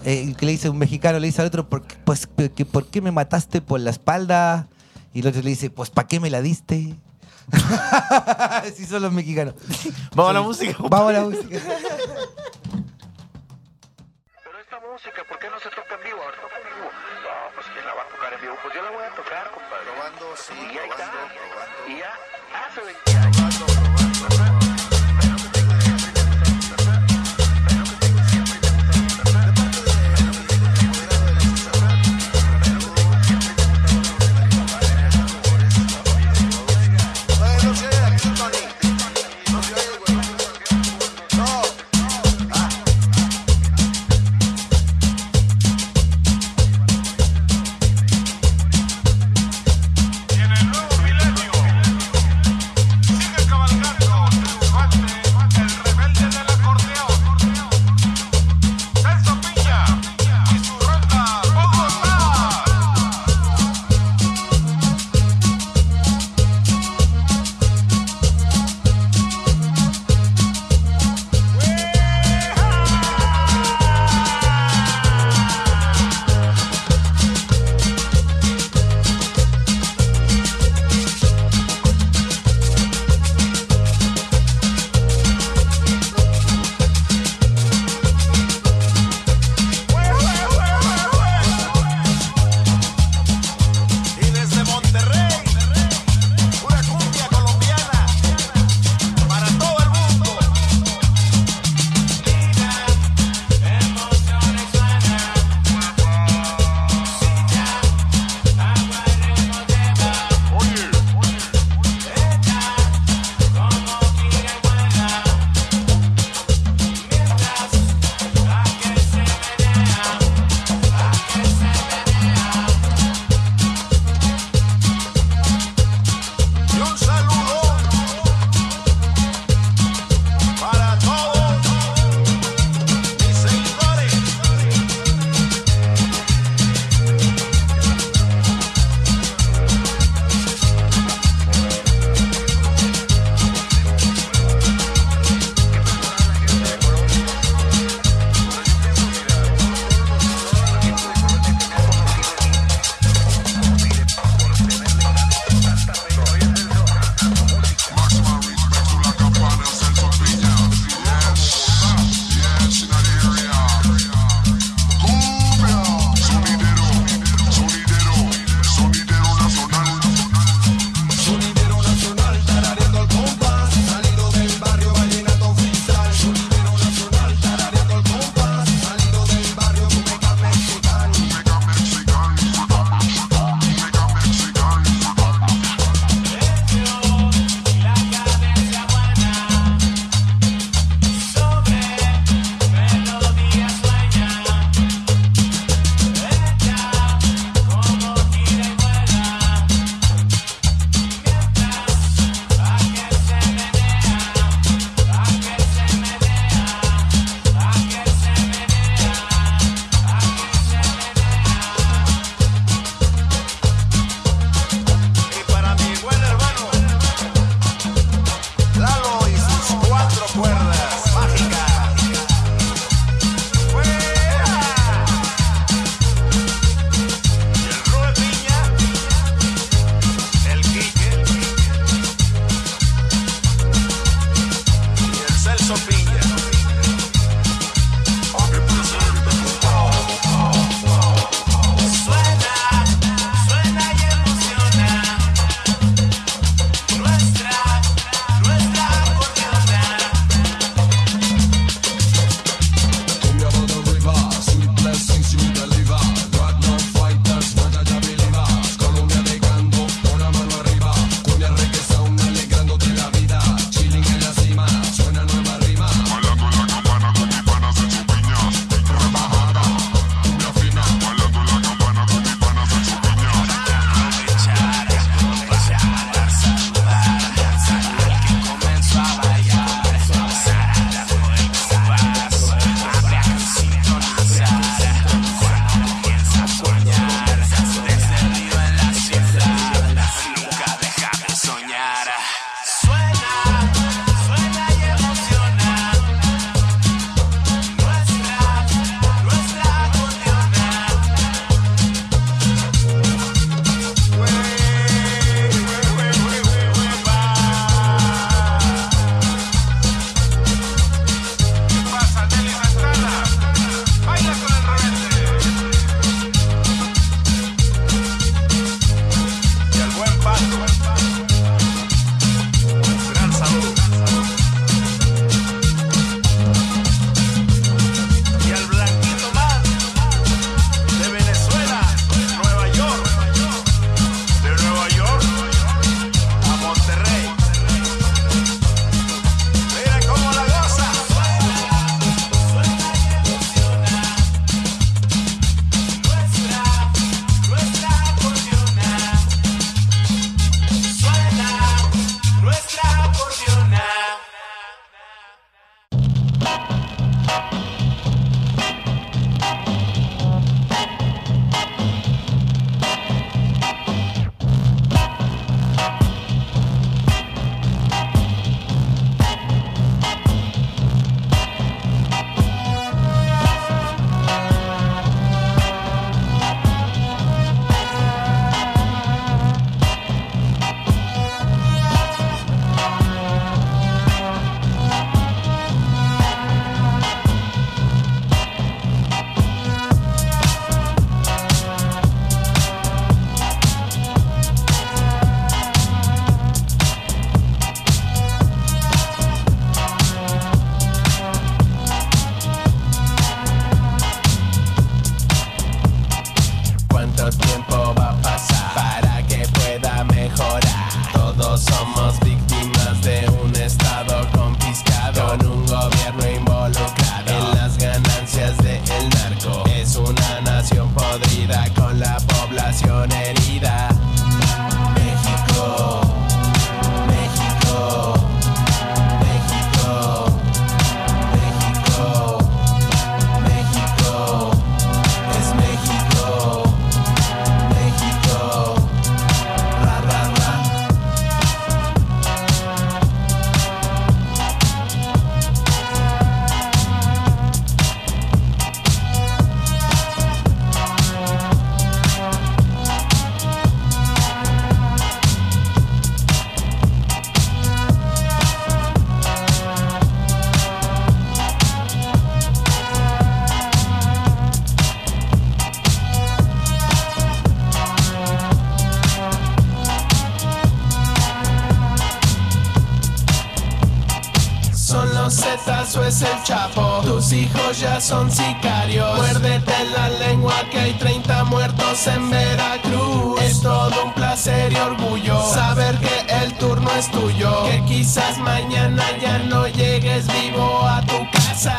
Speaker 2: eh, el que le dice un mexicano, le dice al otro, ¿por qué, pues, pe- que ¿por qué me mataste por la espalda? Y el otro le dice, pues, ¿para qué me la diste? Así son los mexicanos.
Speaker 1: Vamos a la música.
Speaker 2: Vamos a la música.
Speaker 3: Pero esta música, ¿por qué no se toca en vivo? A ver, toca en vivo. No, pues ¿quién la va a tocar en vivo? Pues yo la voy a tocar, compadre. Probando, sí, y ahí está. Y ya, Ah, hace 20 años.
Speaker 4: En el nuevo milenio, Los Zetas o es el Chapo, tus hijos ya son sicarios. Muérdete la lengua que hay 30 muertos en Veracruz. Es todo un placer y orgullo saber que el turno es tuyo. Que quizás mañana ya no llegues vivo a tu casa.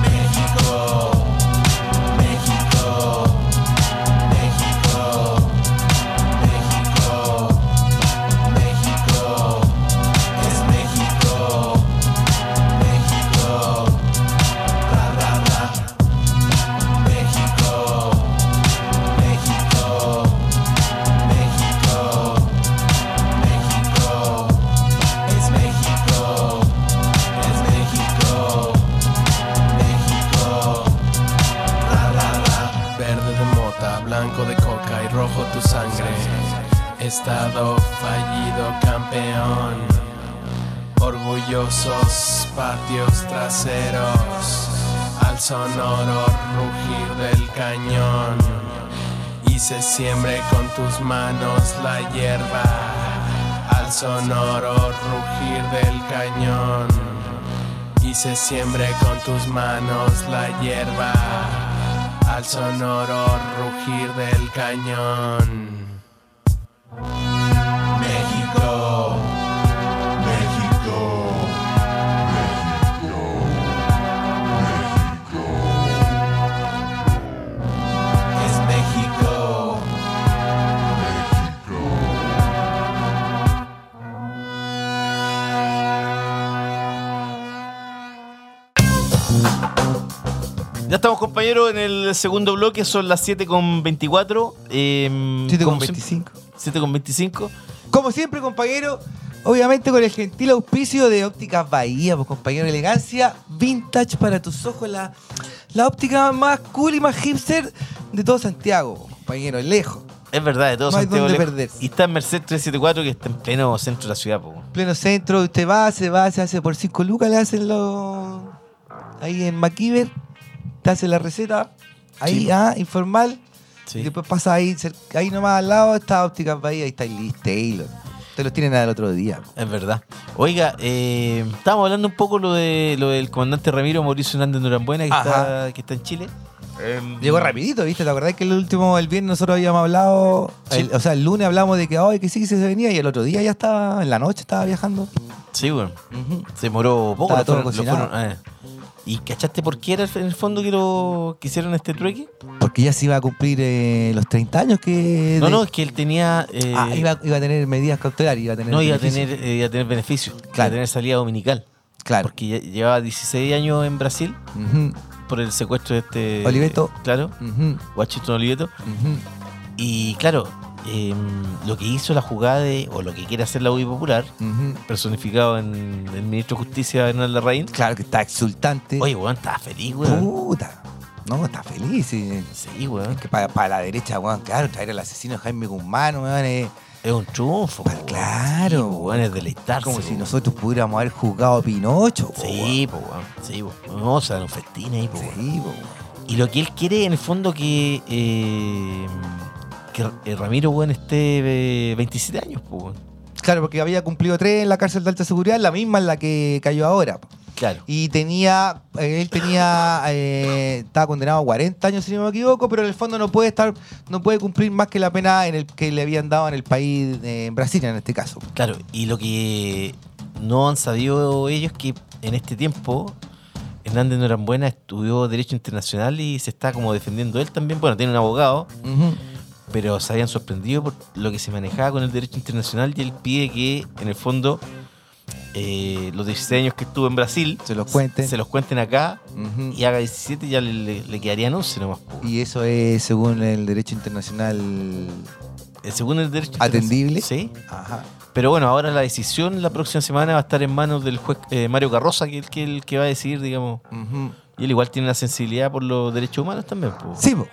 Speaker 4: México, México, México, México, México, es México, México, ra ra ra, México, México, México, México, es México, es México, México. Ra, ra, ra. Verde de mota, blanco de coca y rojo tu sangre. Estado fallido, campeón. Orgullosos patios traseros. Al sonoro rugir del cañón. Y se siembre con tus manos la hierba. Al sonoro rugir del cañón y se siembre con tus manos la hierba al sonoro rugir del cañón. México, México, México, México. Es México.
Speaker 1: Ya estamos, compañeros, en el segundo bloque, son las 7 con 24. eh,
Speaker 2: 7 con
Speaker 1: como siempre-
Speaker 2: 25.
Speaker 1: 7 con 25.
Speaker 2: Como siempre, compañero, obviamente con el gentil auspicio de Óptica Bahía, pues, compañero, elegancia vintage para tus ojos, la, la óptica más cool y más hipster de todo Santiago, pues, compañero, lejos,
Speaker 1: Es verdad, de todo
Speaker 2: No hay
Speaker 1: Santiago.
Speaker 2: dónde
Speaker 1: lejos.
Speaker 2: perderse.
Speaker 1: Y está en Merced 374, que está en pleno centro de la ciudad, po.
Speaker 2: pleno centro, usted va, se va, se hace por 5 lucas, le hacen los... Ahí en MacGyver, te hace la receta, ahí,
Speaker 1: Sí. pues.
Speaker 2: ah, informal,
Speaker 1: Sí.
Speaker 2: y después pasa ahí, cer- ahí nomás al lado, está Óptica Bahía, ahí está Liz Taylor, te los tienen al otro día.
Speaker 1: Es verdad. Oiga, eh, estábamos hablando un poco lo de lo del comandante Ramiro Mauricio Hernández Norambuena, que
Speaker 2: Ajá.
Speaker 1: está, que está en Chile.
Speaker 2: Llegó rapidito, ¿viste? ¿Te acordás que el último, el viernes nosotros habíamos hablado,
Speaker 1: Sí.
Speaker 2: el- o sea, el lunes hablamos de que, ay, que sí, que sí se venía y el otro día ya estaba, en la noche estaba viajando.
Speaker 1: Sí, bueno. Se demoró poco.
Speaker 2: Estaba
Speaker 1: lo
Speaker 2: todo
Speaker 1: fueron- lo
Speaker 2: cocinado.
Speaker 1: fueron- eh. ¿Y cachaste por qué era el- en el fondo que, lo, que hicieron este trueque?
Speaker 2: Porque ya se iba a cumplir eh, los 30 años que...
Speaker 1: No,
Speaker 2: de-
Speaker 1: no, es que él tenía... eh,
Speaker 2: Ah, iba, iba a tener medidas cautelares, iba a tener...
Speaker 1: no, iba a,
Speaker 2: beneficio.
Speaker 1: tener, eh, iba a tener beneficio. Iba a
Speaker 2: Claro.
Speaker 1: tener salida dominical.
Speaker 2: Claro.
Speaker 1: Porque ya- llevaba 16 años en Brasil
Speaker 2: Ujú,
Speaker 1: por el secuestro de este...
Speaker 2: Oliveto.
Speaker 1: Claro,
Speaker 2: ujú,
Speaker 1: Washington Oliveto.
Speaker 2: ujú.
Speaker 1: Y claro, eh, lo que hizo la jugada de, o lo que quiere hacer la UI Popular,
Speaker 2: Ujú.
Speaker 1: personificado en el ministro de Justicia Bernal Larraín.
Speaker 2: Claro que está exultante.
Speaker 1: Oye, weón, estaba feliz, weón.
Speaker 2: Puta. No, está feliz. sí.
Speaker 1: Sí, weón.
Speaker 2: Es que para la derecha, weón, claro, traer al asesino Jaime Guzmán, weón, es...
Speaker 1: Es un triunfo.
Speaker 2: Pa-
Speaker 1: weón.
Speaker 2: claro,
Speaker 1: Sí, weón, es deleitarse.
Speaker 2: Como si
Speaker 1: weón.
Speaker 2: nosotros pudiéramos haber jugado a Pinocho. po,
Speaker 1: Sí, po, weón. Sí, po. Vamos a dar un festín ahí, po,
Speaker 2: weón.
Speaker 1: weón.
Speaker 2: Sí, po,
Speaker 1: Y lo que él quiere, en el fondo, que. eh, que eh, Ramiro, weón, esté eh, 27 años, po, weón.
Speaker 2: Claro, porque había cumplido tres en la cárcel de alta seguridad, la misma en la que cayó ahora. po.
Speaker 1: Claro.
Speaker 2: Y tenía, eh, él tenía, eh, estaba condenado a 40 años, si no me equivoco, pero en el fondo no puede estar, no puede cumplir más que la pena en el que le habían dado en el país, eh, en Brasil en este caso.
Speaker 1: Claro, y lo que no han sabido ellos es que en este tiempo Hernández Norambuena estudió Derecho Internacional y se está como defendiendo él también. Bueno, tiene un abogado, pero se habían sorprendido por lo que se manejaba con el Derecho Internacional y él pide que, en el fondo, eh, los 16 años que estuvo en Brasil
Speaker 2: Se los cuenten.
Speaker 1: se los cuenten acá
Speaker 2: Ujú.
Speaker 1: y haga 17 y ya le, le- le quedarían 11 nomás. po.
Speaker 2: Y eso es según el derecho internacional.
Speaker 1: Eh, Según el Derecho
Speaker 2: Atendible.
Speaker 1: Sí.
Speaker 2: Ajá.
Speaker 1: Pero bueno, ahora la decisión la próxima semana va a estar en manos del juez eh, Mario Carroza, que es el que, el que va a decidir, digamos.
Speaker 2: Ujú.
Speaker 1: Y él igual tiene una sensibilidad por los derechos humanos también. pues. po.
Speaker 2: Sí, po,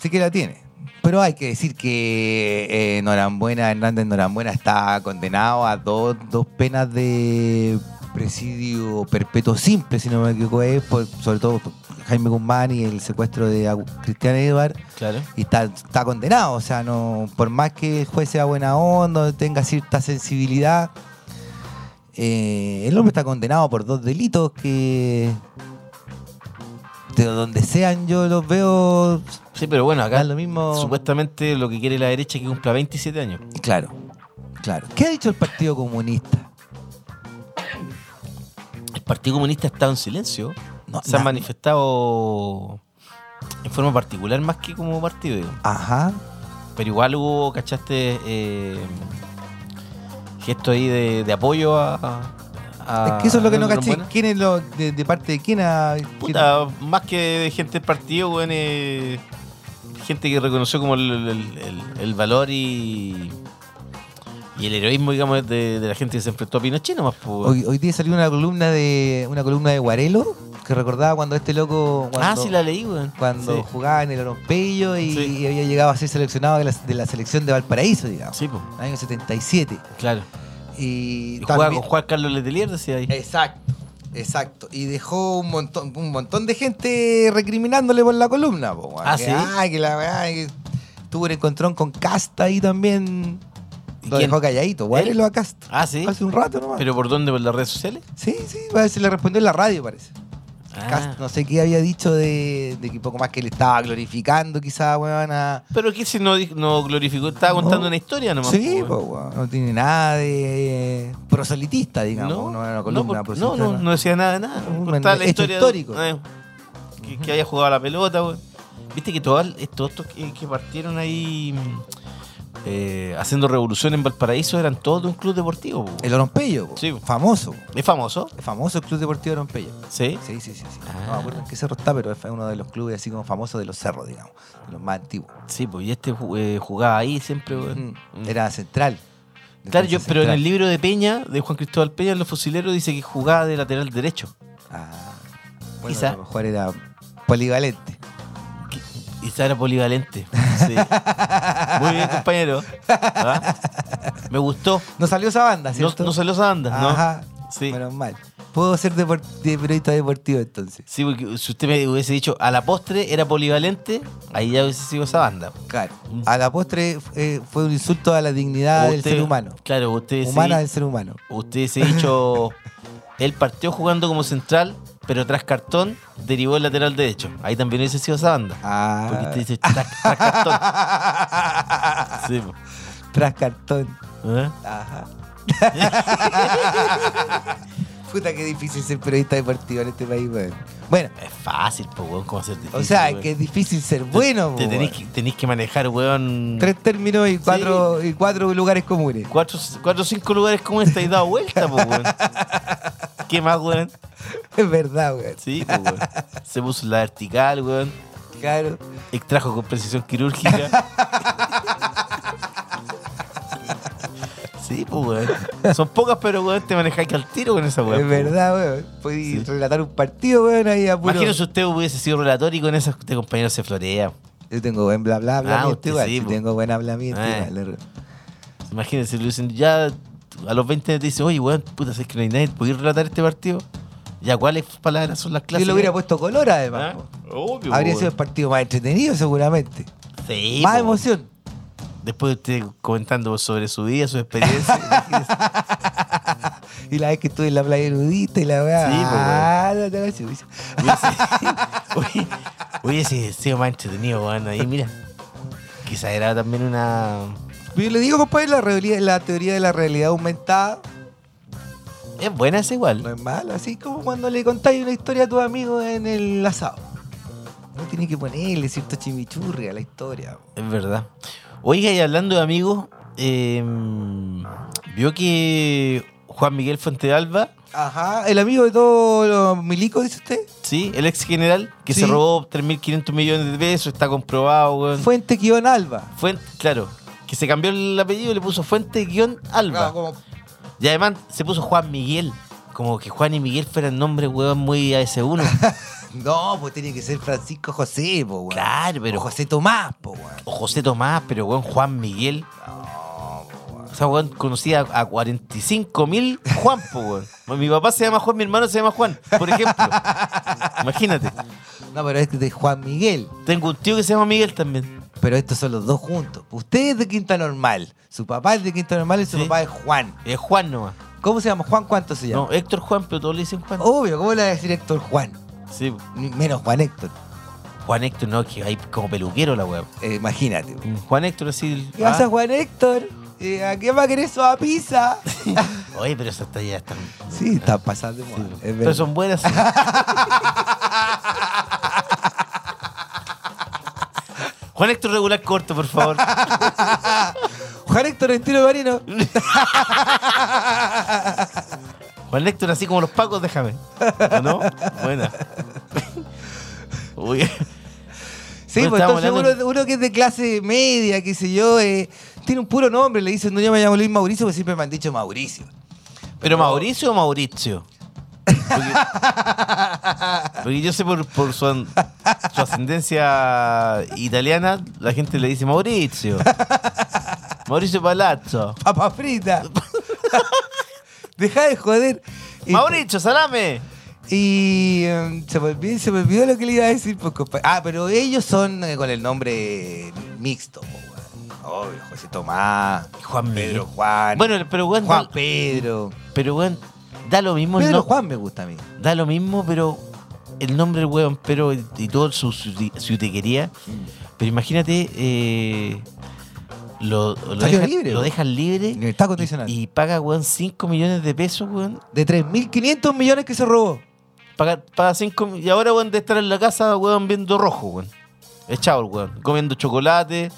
Speaker 2: sí que la tiene. Pero hay que decir que eh, Norambuena, Hernández Norambuena está condenado a dos, dos penas de presidio perpetuo simple, si no me equivoco, es por- sobre todo por Jaime Guzmán y el secuestro de Agu- Cristian Edward.
Speaker 1: Claro.
Speaker 2: Y está, está condenado, o sea, no por más que el juez sea buena onda, tenga cierta sensibilidad, Eh, el hombre está condenado por dos delitos que. De donde sean, yo los veo.
Speaker 1: Sí, pero bueno, acá
Speaker 2: Da lo mismo.
Speaker 1: supuestamente lo que quiere la derecha es que cumpla 27 años.
Speaker 2: Claro, claro. ¿Qué ha dicho el Partido Comunista?
Speaker 1: El Partido Comunista ha estado en silencio.
Speaker 2: No,
Speaker 1: se
Speaker 2: nada.
Speaker 1: han manifestado en forma particular más que como partido, digo.
Speaker 2: Ajá.
Speaker 1: Pero igual hubo, ¿cachaste? Eh, gesto ahí de, de apoyo a, a-
Speaker 2: es que eso es lo que no
Speaker 1: a-
Speaker 2: caché.
Speaker 1: bueno,
Speaker 2: ¿Quién es lo, de, de parte de quién? ha-
Speaker 1: puta, más que de gente del partido, weón, eh, gente que reconoció como el, el- el- el valor y, y el heroísmo, digamos, de, de la gente que se enfrentó a Pinochet, nomás, pues, weón.
Speaker 2: Hoy, hoy día salió una columna de una columna de Guarelo que recordaba cuando este loco
Speaker 1: Ah,
Speaker 2: cuando,
Speaker 1: sí, la leí, weón.
Speaker 2: cuando
Speaker 1: Sí.
Speaker 2: jugaba en el Orompello y,
Speaker 1: Sí.
Speaker 2: y había llegado a ser seleccionado de la, de la selección de Valparaíso, digamos,
Speaker 1: Sí, pues,
Speaker 2: en el año 77.
Speaker 1: claro.
Speaker 2: Y,
Speaker 1: Y jugaba
Speaker 2: también- Eh,
Speaker 1: con Juan Carlos Letelier, decía ahí.
Speaker 2: Exacto, exacto. Y dejó un montón, un montón de gente recriminándole por la columna. po, weón.
Speaker 1: Ah,
Speaker 2: que,
Speaker 1: ¿sí?
Speaker 2: ah, que la weá, que tuvo el encontrón con Casta ahí también.
Speaker 1: ¿Y
Speaker 2: Lo
Speaker 1: quién?
Speaker 2: dejó calladito, guárelo a Casta.
Speaker 1: Ah, sí.
Speaker 2: Hace un rato nomás.
Speaker 1: ¿Pero por dónde? ¿Por las redes sociales?
Speaker 2: Sí, sí, parece que le respondió en la radio, parece.
Speaker 1: Ah.
Speaker 2: Cast, no sé qué había dicho de, de que poco más que le estaba glorificando, quizá, weón, a.
Speaker 1: Pero que si no, di- no glorificó, estaba
Speaker 2: No.
Speaker 1: contando una historia nomás.
Speaker 2: sí,
Speaker 1: pues,
Speaker 2: po,
Speaker 1: weón.
Speaker 2: weón, no tiene nada de eh, proselitista, digamos.
Speaker 1: No,
Speaker 2: No,
Speaker 1: no,
Speaker 2: era una columna pues,
Speaker 1: por- no,
Speaker 2: proselitista,
Speaker 1: no, no decía nada de nada.
Speaker 2: Un
Speaker 1: Contaba la
Speaker 2: hecho
Speaker 1: historia. de-
Speaker 2: histórico.
Speaker 1: eh, que, que haya jugado a la pelota, weón. Viste que todos estos, estos que, que partieron ahí mm, eh, haciendo revolución en Valparaíso eran todos de un club deportivo. po.
Speaker 2: El Orompello, po,
Speaker 1: Sí, po.
Speaker 2: famoso.
Speaker 1: Es famoso,
Speaker 2: El famoso Club Deportivo Orompello.
Speaker 1: sí.
Speaker 2: Sí, sí, sí. sí.
Speaker 1: Ah.
Speaker 2: No me acuerdo en qué cerro está, pero es uno de los clubes así como famosos de los cerros, digamos. De los más antiguos.
Speaker 1: Sí, pues y este ju- eh, jugaba ahí siempre, weón.
Speaker 2: Mm. Era central.
Speaker 1: Claro, yo,
Speaker 2: Defensa
Speaker 1: pero en
Speaker 2: central.
Speaker 1: el libro de Peña, de Juan Cristóbal Peña, en Los Fusileros, dice que jugaba de lateral derecho.
Speaker 2: Ah. Bueno,
Speaker 1: Quizá.
Speaker 2: a lo mejor era polivalente.
Speaker 1: Y esta era polivalente. Sí. Muy bien, compañero. ¿Ah? Me gustó.
Speaker 2: No salió esa banda,
Speaker 1: No,
Speaker 2: ¿cierto?
Speaker 1: no salió esa banda, ¿no?
Speaker 2: Ajá.
Speaker 1: Sí.
Speaker 2: Menos mal. Puedo ser depor- de periodista deportivo entonces.
Speaker 1: Sí, porque si usted me hubiese dicho a la postre era polivalente, ahí ya hubiese sido esa banda.
Speaker 2: Claro. A la postre eh, fue un insulto a la dignidad
Speaker 1: Mm. O
Speaker 2: del
Speaker 1: usted-
Speaker 2: Ah, ser humano.
Speaker 1: Claro, usted
Speaker 2: Humana
Speaker 1: se,
Speaker 2: del ser humano.
Speaker 1: usted se ha dicho. Él partió jugando como central, pero tras cartón derivó el lateral derecho. Ahí también hubiese sido esa banda. Porque
Speaker 2: Ah.
Speaker 1: usted dice tras, tras cartón. Sí, po.
Speaker 2: Tras cartón.
Speaker 1: ¿Eh?
Speaker 2: Ajá. Puta, qué difícil ser periodista deportivo en este país, weón. Bueno,
Speaker 1: Es fácil, pues, weón, cómo hacer difícil.
Speaker 2: o sea,
Speaker 1: weón.
Speaker 2: que es difícil ser
Speaker 1: Te-
Speaker 2: bueno,
Speaker 1: te
Speaker 2: po,
Speaker 1: tenés,
Speaker 2: weón.
Speaker 1: que, tenés que manejar, weón.
Speaker 2: Tres términos y cuatro, y cuatro lugares comunes.
Speaker 1: Cuatro, cuatro o cinco lugares como esta y dado vuelta, pues, weón. ¿Qué más, weón?
Speaker 2: Es verdad, weón.
Speaker 1: Sí, pues, weón. Se puso la vertical, weón.
Speaker 2: Claro.
Speaker 1: Extrajo con precisión quirúrgica. Sí, pues, weón. Son pocas, pero, weón, te manejáis que al tiro con esa, weón.
Speaker 2: es
Speaker 1: pues, weón.
Speaker 2: verdad, weón. Podí
Speaker 1: Sí.
Speaker 2: relatar un partido, weón, ahí a puro.
Speaker 1: Imagínese usted hubiese sido relator y con esas de compañeros se florea.
Speaker 2: Yo tengo buen bla bla bla.
Speaker 1: Ah,
Speaker 2: miento
Speaker 1: usted
Speaker 2: igual.
Speaker 1: sí,
Speaker 2: Yo
Speaker 1: po.
Speaker 2: tengo buen hablamiento.
Speaker 1: Ah.
Speaker 2: igual.
Speaker 1: Imagínense, le dicen, ya a los 20 te dicen, oye, weón, puta, ¿sabes que no hay nadie? ¿Podéis relatar este partido? Ya, ¿cuáles palabras son las
Speaker 2: Yo
Speaker 1: clases?
Speaker 2: le hubiera puesto color, además.
Speaker 1: ¿Ah?
Speaker 2: po.
Speaker 1: Obvio,
Speaker 2: Habría
Speaker 1: weón.
Speaker 2: sido el partido más entretenido, seguramente.
Speaker 1: Sí,
Speaker 2: más
Speaker 1: po.
Speaker 2: emoción.
Speaker 1: Después de usted comentando sobre su vida, su experiencia. imagínese.
Speaker 2: Y la vez que estuve en la playa nudista y la weá.
Speaker 1: Sí, pues,
Speaker 2: ah, no te hagas chucha.
Speaker 1: Hubiese- Hubiese sido más entretenido, weón. Ahí, mira. Quizá era también una.
Speaker 2: Pero Yo le digo, compadre, la, realidad- la teoría de la realidad aumentada
Speaker 1: Es buena, es
Speaker 2: no
Speaker 1: igual.
Speaker 2: es mala. Así como cuando le contáis una historia a tus amigos en el asado. No tienes que ponerle cierto chimichurri a la historia. po.
Speaker 1: Es verdad. Oiga, y hablando de amigos, eh, vio que Juan Miguel Fuentealba,
Speaker 2: Ajá, el amigo de todos los milicos, dice usted.
Speaker 1: sí, el ex general, que
Speaker 2: Sí.
Speaker 1: se robó 3.500 millones de pesos, está comprobado, weón.
Speaker 2: Fuente Guión Alba.
Speaker 1: Fuen- claro, que se cambió el apellido y le puso Fuente-Alba.
Speaker 2: Claro, como-
Speaker 1: Y además se puso Juan Miguel. Como que Juan y Miguel fueran nombres, weón, muy AS1.
Speaker 2: No, pues tiene que ser Francisco José, po, weón.
Speaker 1: Claro, pero-
Speaker 2: O José Tomás, po, weón.
Speaker 1: o José Tomás, pero weón, Juan Miguel. O sea, weón, conocía a 45 mil Juan, po, weón. Mi papá se llama Juan, mi hermano se llama Juan, por ejemplo. Imagínate.
Speaker 2: No, pero es de Juan Miguel.
Speaker 1: Tengo un tío que se llama Miguel también.
Speaker 2: Pero estos son los dos juntos. Usted es de Quinta Normal. Su papá es de Quinta Normal y su
Speaker 1: Sí.
Speaker 2: papá es Juan.
Speaker 1: Es Juan nomás.
Speaker 2: ¿Cómo se llama? Juan, ¿cuánto se llama?
Speaker 1: No, Héctor Juan, pero todos le dicen Juan.
Speaker 2: Obvio, ¿cómo le va a decir Héctor Juan?
Speaker 1: Sí,
Speaker 2: Ni- Menos Juan Héctor,
Speaker 1: Juan Héctor, no, que hay como peluquero la weá.
Speaker 2: eh, imagínate.
Speaker 1: Juan Héctor así.
Speaker 2: ¿Qué
Speaker 1: ah,
Speaker 2: pasa, Juan Héctor? Eh, ¿A qué va a querer eso a pizza?
Speaker 1: Oye, pero esas tallas están.
Speaker 2: sí, está pasando. de moda, es
Speaker 1: Pero
Speaker 2: verdad.
Speaker 1: son buenas. sí. Juan Héctor regular corto, por favor.
Speaker 2: Juan Héctor estilo marino.
Speaker 1: Juan Héctor, así como los pacos, déjame. ¿O no? Buena. Uy.
Speaker 2: Sí,
Speaker 1: Pero
Speaker 2: pues
Speaker 1: estábamos
Speaker 2: entonces
Speaker 1: hablando-
Speaker 2: uno, uno que es de clase media, qué sé yo, eh, tiene un puro nombre, le dicen, no, yo me llamo Luis Mauricio, porque siempre me han dicho Mauricio.
Speaker 1: ¿Pero Mauricio o Mauricio? Porque, porque yo sé por, por su, an- su ascendencia italiana, la gente le dice Mauricio. Mauricio Palazzo.
Speaker 2: Papa frita. Deja de joder. Y-
Speaker 1: Mauricio, salame.
Speaker 2: Y em, se, me olvidó, se me olvidó lo que le iba a decir. pues, compa- ah, pero ellos son eh, con el nombre eh, mixto. po, weón. Obvio, José Tomás,
Speaker 1: Juan
Speaker 2: Pedro
Speaker 1: Pedro.
Speaker 2: Juan,
Speaker 1: Bueno, pero weón,
Speaker 2: Juan
Speaker 1: da-
Speaker 2: Pedro.
Speaker 1: pero weón, da lo mismo el
Speaker 2: Pedro
Speaker 1: no-
Speaker 2: Juan me gusta a mí.
Speaker 1: Da lo mismo, pero el nombre del weón, pero y todo su, su, su tequería.
Speaker 2: Mm.
Speaker 1: Pero imagínate, eh, lo, lo,
Speaker 2: Salió
Speaker 1: dejan-
Speaker 2: libre,
Speaker 1: lo
Speaker 2: weón.
Speaker 1: dejan libre.
Speaker 2: Libertad condicional.
Speaker 1: Y paga, weón, 5 millones de pesos, weón.
Speaker 2: De 3.500 millones que se robó.
Speaker 1: Paga, paga 5 Y ahora, weón, de estar en la casa, weón, viendo rojo, weón. Echado el weón. Comiendo chocolate.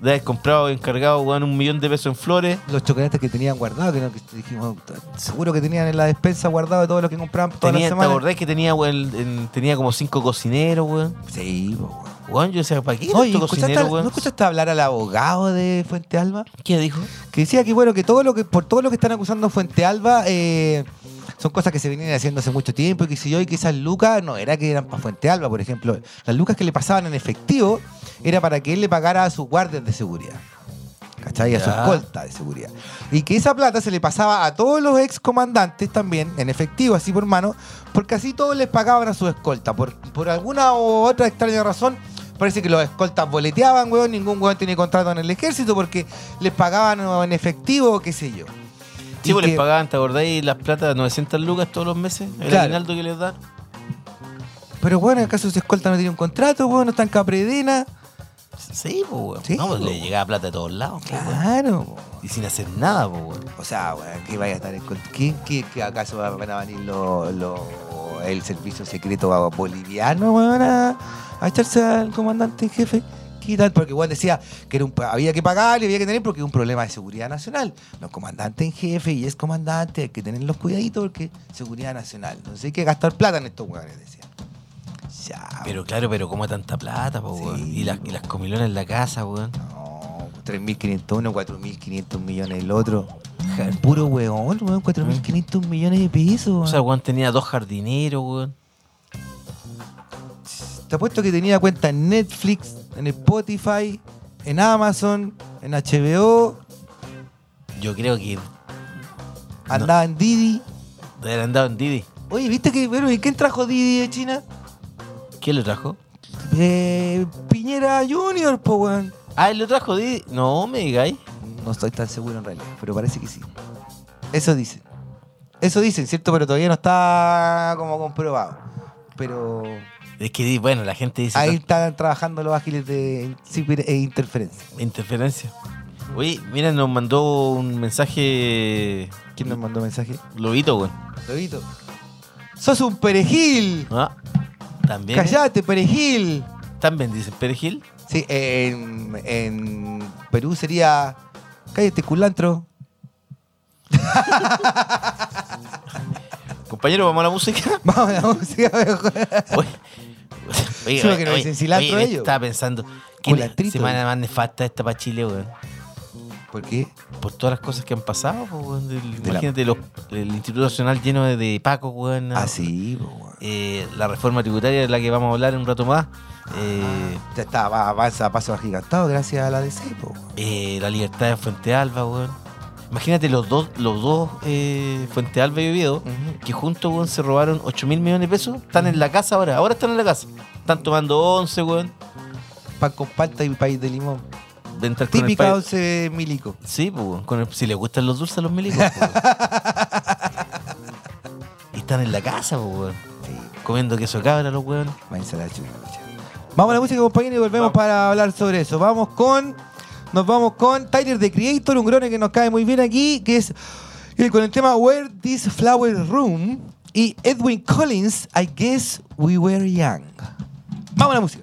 Speaker 1: De haber comprado, encargado, weón, un millón de pesos en flores.
Speaker 2: Los chocolates que tenían guardados, que, no, que dijimos, seguro que tenían en la despensa guardado todo lo que compraban todas
Speaker 1: Tenía,
Speaker 2: las
Speaker 1: ¿Te
Speaker 2: semanas.
Speaker 1: acordás que tenía, weón, en- tenía como 5 cocineros, weón?
Speaker 2: Sí, po, weón.
Speaker 1: Weón, yo decía, ¿para qué
Speaker 2: Oye,
Speaker 1: tanto
Speaker 2: ¿escuchaste
Speaker 1: cocinero,
Speaker 2: al-
Speaker 1: weón?
Speaker 2: ¿no escuchaste hablar al abogado de Fuente Alba?
Speaker 1: ¿Qué dijo?
Speaker 2: que decía que bueno que todo lo que por todo lo que están acusando a Fuente Alba eh, son cosas que se venían haciendo hace mucho tiempo y que si yo y que esas lucas no era que eran para Fuente Alba por ejemplo las lucas que le pasaban en efectivo era para que él le pagara a sus guardias de seguridad ¿Cachai? A su
Speaker 1: Ya.
Speaker 2: escolta de seguridad. Y que esa plata se le pasaba a todos los excomandantes también, en efectivo, así por mano, porque así todos les pagaban a su escolta. Por, por alguna u otra extraña razón, parece que los escoltas boleteaban, weón, ningún weón tiene contrato en el ejército porque les pagaban en efectivo, qué sé yo.
Speaker 1: Sí,
Speaker 2: Y
Speaker 1: pues
Speaker 2: que-
Speaker 1: les pagaban, ¿te acordáis? Las plata, 900 lucas todos los meses. El
Speaker 2: Claro.
Speaker 1: aguinaldo que les dan.
Speaker 2: Pero bueno, ¿acaso sus escoltas no tienen un contrato, weón? No están capredena.
Speaker 1: Sí, pues, weón.
Speaker 2: Sí,
Speaker 1: no, pues,
Speaker 2: pues,
Speaker 1: le llegaba plata de todos lados, pues, weón.
Speaker 2: Claro. po.
Speaker 1: Y sin hacer nada, pues, weón.
Speaker 2: O sea, weón, ¿qué vaya a estar en contra? ¿Qué, qué- qué acaso van a venir los los- el servicio secreto boliviano, weón, a, a echarse al comandante en jefe? ¿Qué tal? Porque igual decía que era un, pa- había que pagar y había que tener porque es un problema de seguridad nacional. Los comandantes en jefe y ex comandante hay que tenerlos cuidaditos porque seguridad nacional. Entonces hay que gastar plata en estos weones, decía. Ya.
Speaker 1: Pero claro, pero ¿cómo tanta plata, pues,
Speaker 2: Ah. Sí,
Speaker 1: weón? Y las, y las comilonas en la casa, weón.
Speaker 2: No, 3.500 uno, 4.500 millones el otro. Ja, Puro weón, weón, 4.500 millones de pesos.
Speaker 1: O
Speaker 2: weón.
Speaker 1: sea, weón tenía dos jardineros, weón.
Speaker 2: Te apuesto que tenía cuenta en Netflix, en Spotify, en Amazon, en HBO,
Speaker 1: Yo creo que
Speaker 2: andaba en Didi.
Speaker 1: de haber andado en Didi.
Speaker 2: Oye, ¿viste que, bueno, ¿y quién trajo Didi de China?
Speaker 1: ¿Quién lo trajo?
Speaker 2: Eh, Piñera Junior, po, weón.
Speaker 1: Ah, él lo trajo Didi. No, me digáis.
Speaker 2: No estoy tan seguro en realidad, pero parece que sí. Eso dicen. Eso dicen, ¿cierto? Pero todavía no está como comprobado. Pero
Speaker 1: Es que, di- bueno, la gente dice.
Speaker 2: ahí están trabajando los ágiles de ciber- e interferencia.
Speaker 1: Interferencia. Oye, mira, nos mandó un mensaje.
Speaker 2: ¿Quién nos mandó mensaje?
Speaker 1: Lobito, weón.
Speaker 2: Lobito. ¡Sos un perejil!
Speaker 1: Ah, también.
Speaker 2: ¡Cállate, perejil!
Speaker 1: También dicen perejil.
Speaker 2: Sí, en, en Perú sería. Cállate, culantro.
Speaker 1: Compañero, vamos a la música.
Speaker 2: Vamos a la música mejor. Sí,
Speaker 1: Oye,
Speaker 2: porque no dicen cilantro
Speaker 1: oye,
Speaker 2: ellos.
Speaker 1: Estaba pensando. ¿Qué
Speaker 2: Culantrito.
Speaker 1: semana más nefasta esta para Chile, weón?
Speaker 2: ¿Por qué?
Speaker 1: Por todas las cosas que han pasado, po, weón. Del-
Speaker 2: De la-
Speaker 1: imagínate los- el Instituto Nacional lleno de, de Paco, weón.
Speaker 2: Ah, Así, po, weón.
Speaker 1: Eh, la reforma tributaria de la que vamos a hablar en un rato más. Eh,
Speaker 2: Ya está, va- avanza a paso agigantado gracias a la DC, po, weón.
Speaker 1: eh, la libertad de Fuente Alba, weón. Imagínate los dos, los dos eh, Fuente Alba y Oviedo, que juntos, weón, se robaron 8 mil millones de pesos. Están en la casa ahora, ahora están en la casa. Están tomando 11, weón.
Speaker 2: Pan con palta y país de limón.
Speaker 1: De entrar con el
Speaker 2: Típica
Speaker 1: país-
Speaker 2: once milico.
Speaker 1: Sí, pues, weón, con el- si les gustan los dulces a los milicos. pues, weón. están en la casa, po, weón. Comiendo queso cabra los weón.
Speaker 2: Váyanse a la chucha. Vamos a la música, compañeros, y volvemos para hablar sobre eso. Vamos con. Nos vamos con Tyler the Creator, un grone que nos cae muy bien aquí, que es eh, con el tema Where This Flower Room y Edwin Collins, I Guess We Were Young. Vamos a la música.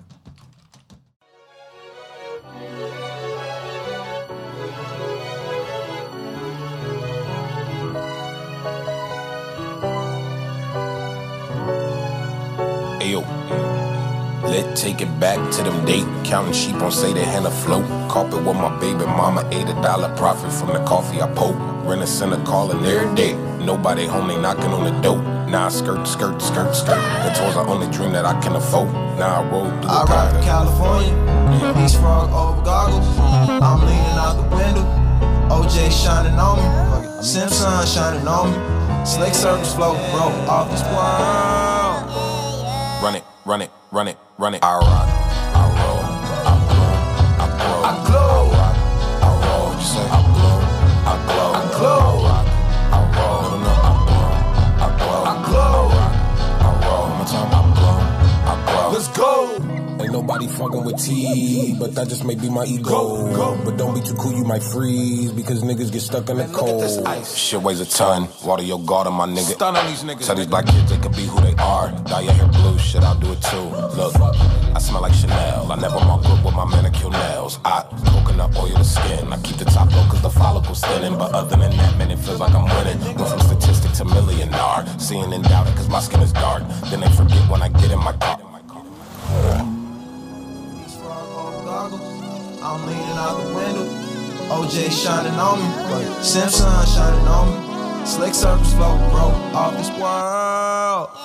Speaker 5: Ayo. Let's take it back to them date. Counting sheep on say they hand afloat. Carpet with my baby mama. Eight a dollar profit from the coffee I poke. Rent a center calling every day. Nobody home, they knocking on the door. Now I skirt, skirt, skirt, skirt. The toys are only dream that I can afford. Now I roll through the
Speaker 4: I rock
Speaker 5: private.
Speaker 4: California. Beach frog over goggles. I'm leaning out the window. OJ shining on me. Simpson shining on me. Slick surface flow, bro. Off this world.
Speaker 5: Run it, run it, run it, run it. I rock, I roll, I blow, I blow, I
Speaker 4: glow.
Speaker 5: rock, I roll. What you say? I blow, I blow, I
Speaker 4: glow.
Speaker 5: rock, I roll, no, no, I blow, I blow, I
Speaker 4: glow.
Speaker 5: rock, I roll. One more time, I blow, I blow.
Speaker 4: Let's go.
Speaker 5: Ain't nobody fucking with T, but that just may be my ego. But don't be too cool, you might freeze because niggas get stuck in the
Speaker 4: look at
Speaker 5: cold.
Speaker 4: this ice.
Speaker 5: Shit weighs a ton. Water your guard on my nigga.
Speaker 4: Stun on these niggas.
Speaker 5: Tell these black kids they could be who they are. Dye your hair blue, shit, I'll do it too. Look, I smell like Chanel. I never mark up with my manicure nails. I coconut oil the skin. I keep the top low cause the follicle's thinning. But other than that, man, it feels like I'm winning. Went from statistic to millionaire. Seeing and doubting cause my skin is dark. Then they forget when I get in my car.
Speaker 4: Beach frog over goggles. I'm leaning out the window. OJ shining on me. Simpson shining on me. Slick surface flow, bro. Off this world.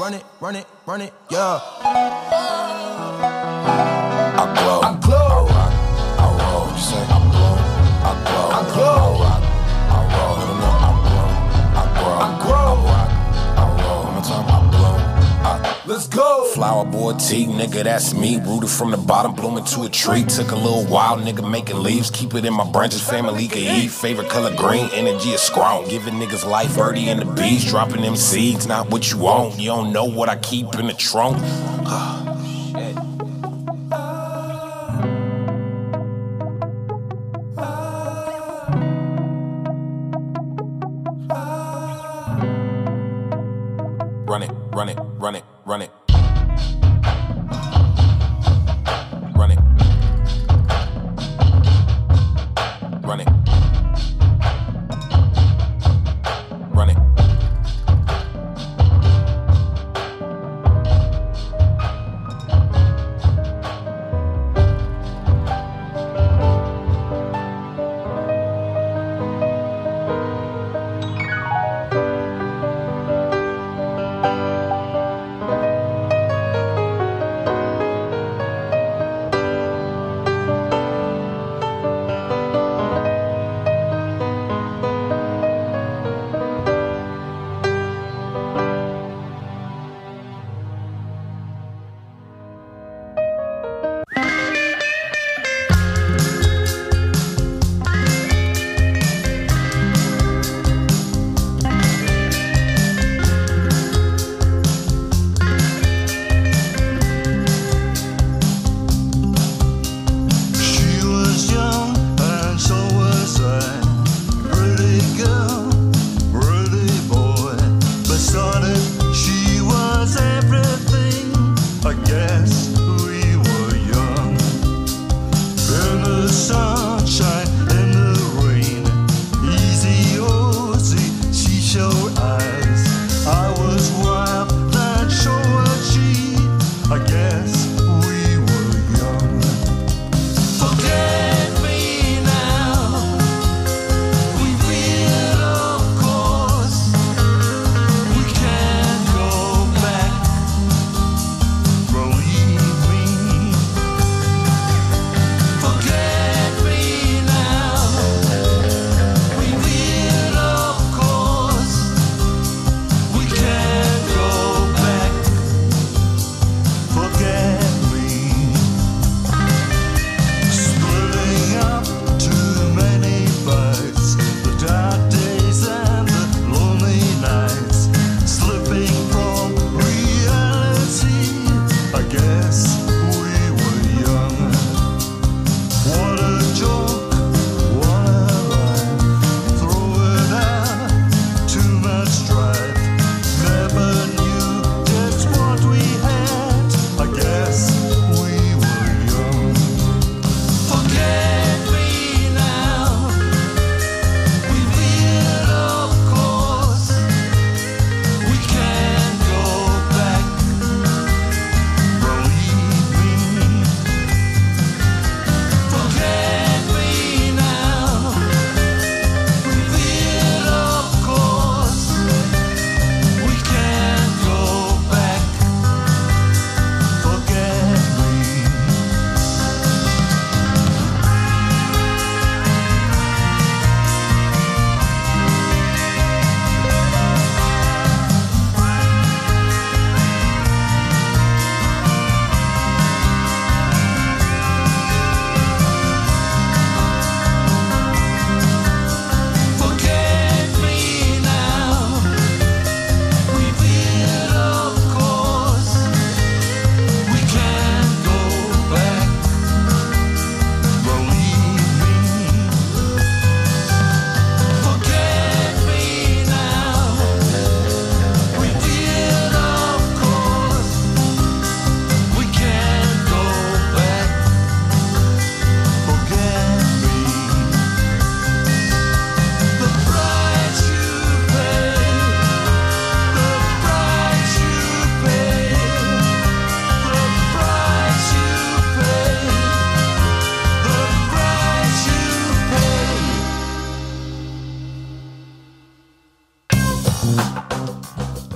Speaker 4: Run it, run it, run it, yeah.
Speaker 5: I glow. I
Speaker 4: glow.
Speaker 5: I rock. I roll. You say I blow. I glow. I
Speaker 4: glow.
Speaker 5: I rock. I roll. No, no, I blow. I grow. I grow. I rock. I roll. One more time. I blow. I
Speaker 4: Let's go.
Speaker 5: Flower boy tea, nigga, that's me. Rooted from the bottom, blooming to a tree. Took a little while, nigga, making leaves. Keep it in my branches, family can eat. Favorite color green, energy is strong. Giving niggas life, birdie and the bees. Dropping them seeds, not what you own. You don't know what I keep in the trunk. Run it, run it, run it, run it. Run it. Run it. Run it.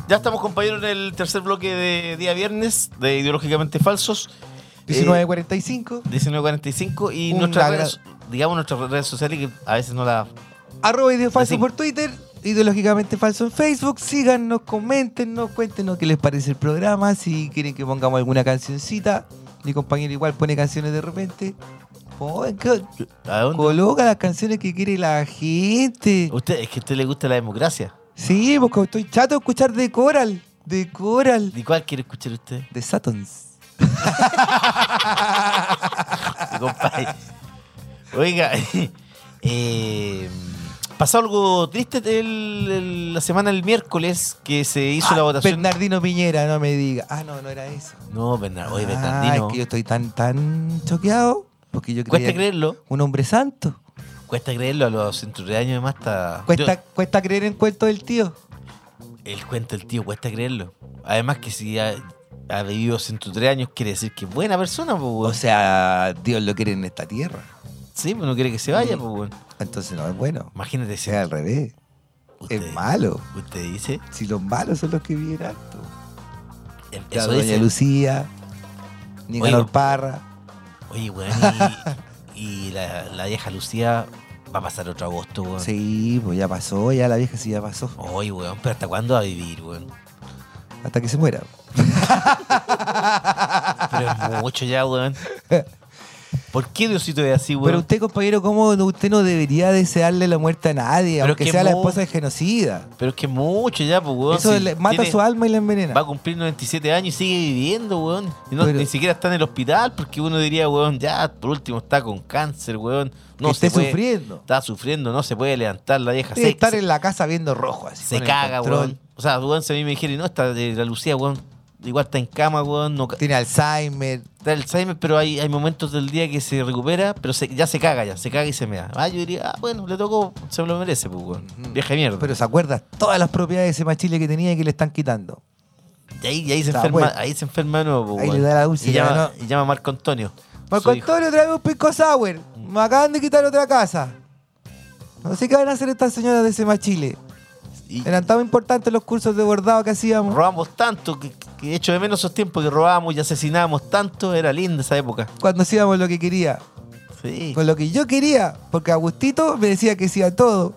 Speaker 1: Ya estamos, compañeros, en el tercer bloque de día viernes de Ideológicamente Falsos.
Speaker 2: 1945.
Speaker 1: 1945 y
Speaker 2: Un
Speaker 1: nuestras
Speaker 2: agra-
Speaker 1: redes, digamos nuestras redes sociales que a veces no las
Speaker 2: Arroba ideo falso
Speaker 1: Así.
Speaker 2: por Twitter, ideológicamente falso en Facebook. Síganos, coméntenos, cuéntenos qué les parece el programa. Si quieren que pongamos alguna cancioncita. Mi compañero igual pone canciones de repente. Oh, co-
Speaker 1: ¿A dónde?
Speaker 2: coloca las canciones que quiere la gente.
Speaker 1: Usted, es que a usted le gusta la democracia.
Speaker 2: Sí, porque estoy chato de escuchar de Coral. De Coral.
Speaker 1: ¿Y cuál quiere escuchar usted?
Speaker 2: De Satans.
Speaker 1: Sí, compadre. Oiga, eh, pasó algo triste el- el- la semana del miércoles que se hizo
Speaker 2: Ah,
Speaker 1: la votación.
Speaker 2: Bernardino Piñera, no me diga. Ah, no, no era eso.
Speaker 1: No, Bernard, oye,
Speaker 2: Ah,
Speaker 1: Bernardino.
Speaker 2: es que yo estoy tan, tan choqueado. Porque yo
Speaker 1: Cuesta
Speaker 2: creía que-
Speaker 1: creerlo,
Speaker 2: un hombre santo.
Speaker 1: cuesta creerlo a los centurreaños además está.
Speaker 2: Cuesta, cuesta creer en cuento del tío.
Speaker 1: Yo- el cuento del tío, cuesta creerlo. Además que si ha, ha vivido 103 años, quiere decir que es buena persona, pues.
Speaker 2: O
Speaker 1: weón.
Speaker 2: sea, Dios lo quiere en esta tierra.
Speaker 1: sí, pues no quiere que se vaya, pues. weón.
Speaker 2: Entonces no es bueno.
Speaker 1: Imagínate
Speaker 2: O
Speaker 1: si
Speaker 2: sea, al revés.
Speaker 1: usted,
Speaker 2: Es malo.
Speaker 1: usted dice.
Speaker 2: Si los malos son los que viven alto. La
Speaker 1: el- em, Eso
Speaker 2: doña
Speaker 1: dice.
Speaker 2: Lucía, Nicanor
Speaker 1: Oye.
Speaker 2: Parra.
Speaker 1: Oye, weón, y, y la, la vieja Lucía va a pasar otro agosto, weón.
Speaker 2: Sí, pues ya pasó, ya la vieja sí ya pasó.
Speaker 1: Oye, weón, pero ¿hasta cuándo va a vivir, weón?
Speaker 2: Hasta que se muera.
Speaker 1: Pero es mucho ya, weón. ¿Por qué Diosito es así,
Speaker 2: Pero
Speaker 1: weón?
Speaker 2: usted, compañero, ¿cómo no- usted no debería desearle la muerte a nadie?
Speaker 1: Pero
Speaker 2: aunque
Speaker 1: que
Speaker 2: sea la
Speaker 1: mo-
Speaker 2: esposa de genocida.
Speaker 1: Pero es que es mucho ya, pues, weón.
Speaker 2: Eso
Speaker 1: si
Speaker 2: le- mata
Speaker 1: tiene-
Speaker 2: su alma y la envenena.
Speaker 1: Va a cumplir 97 años y sigue viviendo, weón. Y no-
Speaker 2: Pero-
Speaker 1: ni siquiera está en el hospital porque uno diría, weón, ya, por último está con cáncer, weón. No
Speaker 2: Que
Speaker 1: se
Speaker 2: esté
Speaker 1: puede-
Speaker 2: sufriendo.
Speaker 1: Está sufriendo, no se puede levantar la vieja.
Speaker 2: Debe
Speaker 1: Se-
Speaker 2: estar
Speaker 1: se-
Speaker 2: en la casa viendo rojo así.
Speaker 1: Se
Speaker 2: con el
Speaker 1: caga,
Speaker 2: control.
Speaker 1: weón. O sea, weón, si a mí me dijeron, no, está de la Lucía, weón. Igual está en cama, weón. No, ca-
Speaker 2: Tiene Alzheimer.
Speaker 1: está Alzheimer, pero hay, hay momentos del día que se recupera, pero se- ya se caga, ya. Se caga y se mea. Ah, yo diría, ah, bueno, le tocó, se lo merece, pues, weón. Vieja de mierda.
Speaker 2: Pero se acuerda todas las propiedades de ese machile que tenía y que le están quitando.
Speaker 1: y ahí, y ahí se
Speaker 2: Está
Speaker 1: enferma,
Speaker 2: bueno.
Speaker 1: ahí se enferma de nuevo, pues,
Speaker 2: Ahí
Speaker 1: weón.
Speaker 2: le da la
Speaker 1: y,
Speaker 2: úlcera,
Speaker 1: llama, y llama a Marco Antonio.
Speaker 2: Marco
Speaker 1: su hijo.
Speaker 2: Antonio, trae un pisco sour. Me acaban de quitar otra casa. No sé qué van a hacer estas señoras de ese machile.
Speaker 1: Y-
Speaker 2: Eran tan importantes los cursos de bordado que hacíamos.
Speaker 1: robamos tanto, que, que hecho de menos esos tiempos que robábamos y asesinábamos tanto, era linda esa época.
Speaker 2: Cuando hacíamos lo que quería.
Speaker 1: Sí.
Speaker 2: Con lo que yo quería. Porque Agustito me decía que sí a todo.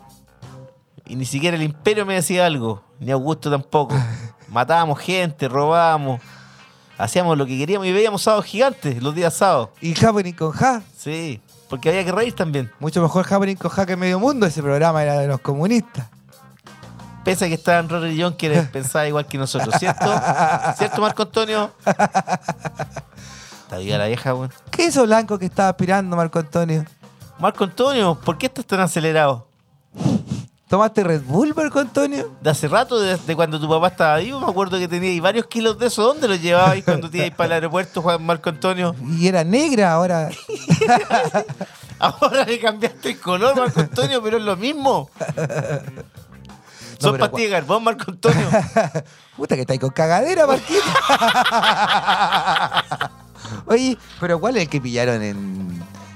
Speaker 1: Y ni siquiera el imperio me decía algo, ni Augusto tampoco. Matábamos gente, robábamos, hacíamos lo que queríamos y veíamos sábados gigantes los días sábados.
Speaker 2: Y Happening con Ja.
Speaker 1: Sí, porque había que reír también.
Speaker 2: Mucho mejor Happening con Ja que Medio Mundo. Ese programa era de los comunistas.
Speaker 1: Pese a que estaban Rory y John, que era- pensaba igual que nosotros, ¿cierto? ¿Cierto, Marco Antonio? Está viva la vieja, weón.
Speaker 2: ¿Qué es eso blanco que estaba aspirando Marco Antonio?
Speaker 1: Marco Antonio, ¿por qué estás tan acelerado?
Speaker 2: ¿Tomaste Red Bull, Marco Antonio?
Speaker 1: De hace rato, desde cuando tu papá estaba vivo, me acuerdo que teníais varios kilos de eso. ¿Dónde los llevabais cuando te ibais para el aeropuerto, Juan Marco Antonio?
Speaker 2: Y era negra ahora.
Speaker 1: Ahora le cambiaste el color, Marco Antonio, pero es lo mismo. Son
Speaker 2: pero
Speaker 1: pastillas de carbón, Marco Antonio.
Speaker 2: Puta que estáis con cagadera, Marquito. Oye, pero ¿cuál es el que pillaron en,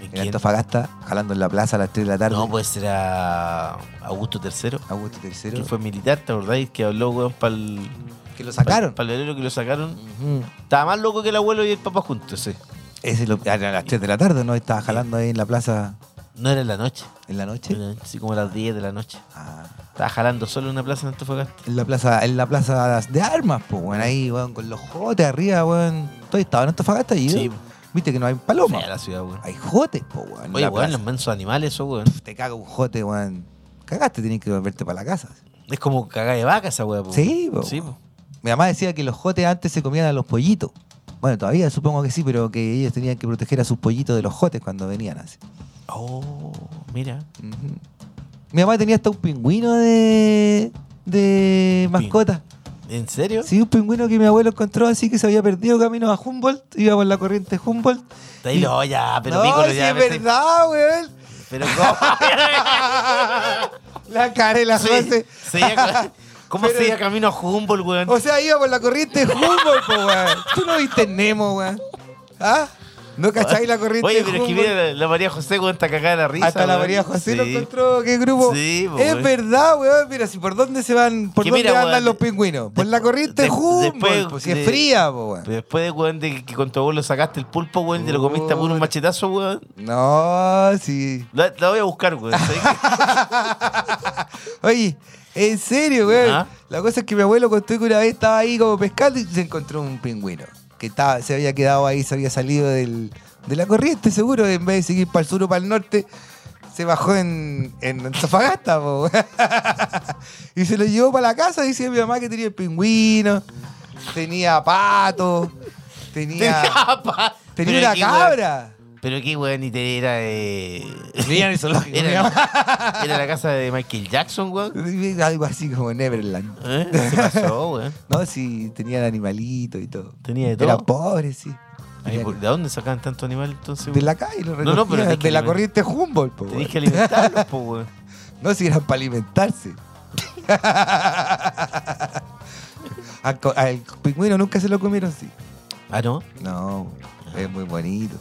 Speaker 1: ¿En
Speaker 2: en
Speaker 1: quién?
Speaker 2: Antofagasta? Jalando en la plaza a las 3 de la tarde.
Speaker 1: No, pues era Augusto III,
Speaker 2: Augusto
Speaker 1: que
Speaker 2: III.
Speaker 1: fue militar, ¿te acordáis? Que habló, weón, para el.
Speaker 2: Que lo sacaron.
Speaker 1: Para el velero que lo sacaron.
Speaker 2: Ujú.
Speaker 1: Estaba más loco que el abuelo y el papá juntos, sí.
Speaker 2: Ese lo, era a las 3 de la tarde, ¿no? Estaba jalando ahí en la plaza
Speaker 1: No era en la noche.
Speaker 2: en la noche.
Speaker 1: Era así como a las 10 de la noche.
Speaker 2: Ah,
Speaker 1: Estaba jalando solo en una plaza en Antofagasta.
Speaker 2: en la plaza, en la plaza de armas, pues, bueno, ahí, weón, con los jotes arriba, weón. Todo estaba en Antofagasta y
Speaker 1: Sí.
Speaker 2: Viste que no hay paloma.
Speaker 1: Fea la ciudad, weón.
Speaker 2: Hay jotes, pues, weón. en
Speaker 1: Oye,
Speaker 2: la
Speaker 1: weón,
Speaker 2: plaza.
Speaker 1: los mensos animales, eso, weón.
Speaker 2: te caga un jote, weón. Cagaste, tenés que volverte para la casa.
Speaker 1: Es como cagada de vaca esa weá, po.
Speaker 2: Sí, po.
Speaker 1: Sí, po.
Speaker 2: Mi mamá decía que los jotes antes se comían a los pollitos. Bueno, todavía supongo que sí, pero que ellos tenían que proteger a sus pollitos de los jotes cuando venían así.
Speaker 1: Oh, mira.
Speaker 2: Ujú. Mi mamá tenía hasta un pingüino de, de
Speaker 1: Un pin-
Speaker 2: mascota.
Speaker 1: ¿En serio?
Speaker 2: Sí, un pingüino que mi abuelo encontró así que se había perdido camino a Humboldt. Iba por la corriente Humboldt.
Speaker 1: Ahí lo, ya, pero
Speaker 2: no,
Speaker 1: Piccolo
Speaker 2: sí
Speaker 1: ya.
Speaker 2: es
Speaker 1: me estáis-
Speaker 2: verdad, weón.
Speaker 1: Pero ¿cómo?
Speaker 2: La cara de la José.
Speaker 1: Sí, seguía ca- ¿Cómo
Speaker 2: Pero- Oh,
Speaker 1: seguía camino a Humboldt, weón?
Speaker 2: O sea, iba por la corriente Humboldt, po, weón. Tú no viste Nemo, weón. ¿Ah? ¿No cacháis la corriente?
Speaker 1: Oye,
Speaker 2: de
Speaker 1: pero es que
Speaker 2: Humboldt?
Speaker 1: mira, la, la María José con esta cagada de la risa.
Speaker 2: Hasta la
Speaker 1: weón.
Speaker 2: María José lo
Speaker 1: Sí.
Speaker 2: encontró, qué grupo.
Speaker 1: Sí, po,
Speaker 2: es
Speaker 1: weón.
Speaker 2: verdad, weón. Mira, si por dónde se van, por
Speaker 1: Que
Speaker 2: dónde
Speaker 1: mira,
Speaker 2: andan
Speaker 1: weón,
Speaker 2: los pingüinos. Por
Speaker 1: de-
Speaker 2: la corriente
Speaker 1: de-
Speaker 2: Humboldt,
Speaker 1: después
Speaker 2: po, si es
Speaker 1: de-
Speaker 2: fría, po, weón.
Speaker 1: Pero Después, weón, de que con tu abuelo sacaste el pulpo, weón, y te lo comiste a puro
Speaker 2: Puta.
Speaker 1: machetazo, weón.
Speaker 2: No, sí.
Speaker 1: La, la voy a buscar, weón. ¿sabes qué?
Speaker 2: Oye, en serio, weón.
Speaker 1: ¿Ah?
Speaker 2: La cosa es que mi abuelo contó que una vez estaba ahí como pescando y se encontró un pingüino. Que estaba, se había quedado ahí, se había salido del, de la corriente, seguro. En vez de seguir para el sur o para el norte, se bajó en, en Antofagasta, po, weón. Y se lo llevó para la casa. Dice mi mamá que tenía el pingüino, tenía pato, tenía,
Speaker 1: pa-
Speaker 2: tenía
Speaker 1: pero
Speaker 2: una
Speaker 1: aquí, weón,
Speaker 2: cabra.
Speaker 1: Pero qué weón, y te era. Eh...
Speaker 2: Vivía en el zoológico, mi
Speaker 1: Era,
Speaker 2: mamá.
Speaker 1: era la casa de Michael Jackson, weón.
Speaker 2: Algo así como Neverland.
Speaker 1: ¿Eh? Se pasó, weón.
Speaker 2: No, sí, tenían animalitos y todo.
Speaker 1: Tenía de
Speaker 2: Era
Speaker 1: todo.
Speaker 2: pobre, sí.
Speaker 1: Ay, ¿por- ¿De dónde sacaban tanto animal entonces? weón?
Speaker 2: De la calle lo
Speaker 1: No, no, pero
Speaker 2: recogían,
Speaker 1: tenés que
Speaker 2: de la
Speaker 1: alimentar-
Speaker 2: corriente Humboldt, po,
Speaker 1: Tenías
Speaker 2: weón.
Speaker 1: que alimentarlos, po, weón.
Speaker 2: No, si eran para alimentarse. Al co- Al pingüino nunca se lo comieron, sí.
Speaker 1: Ah, no.
Speaker 2: No, es muy bonito.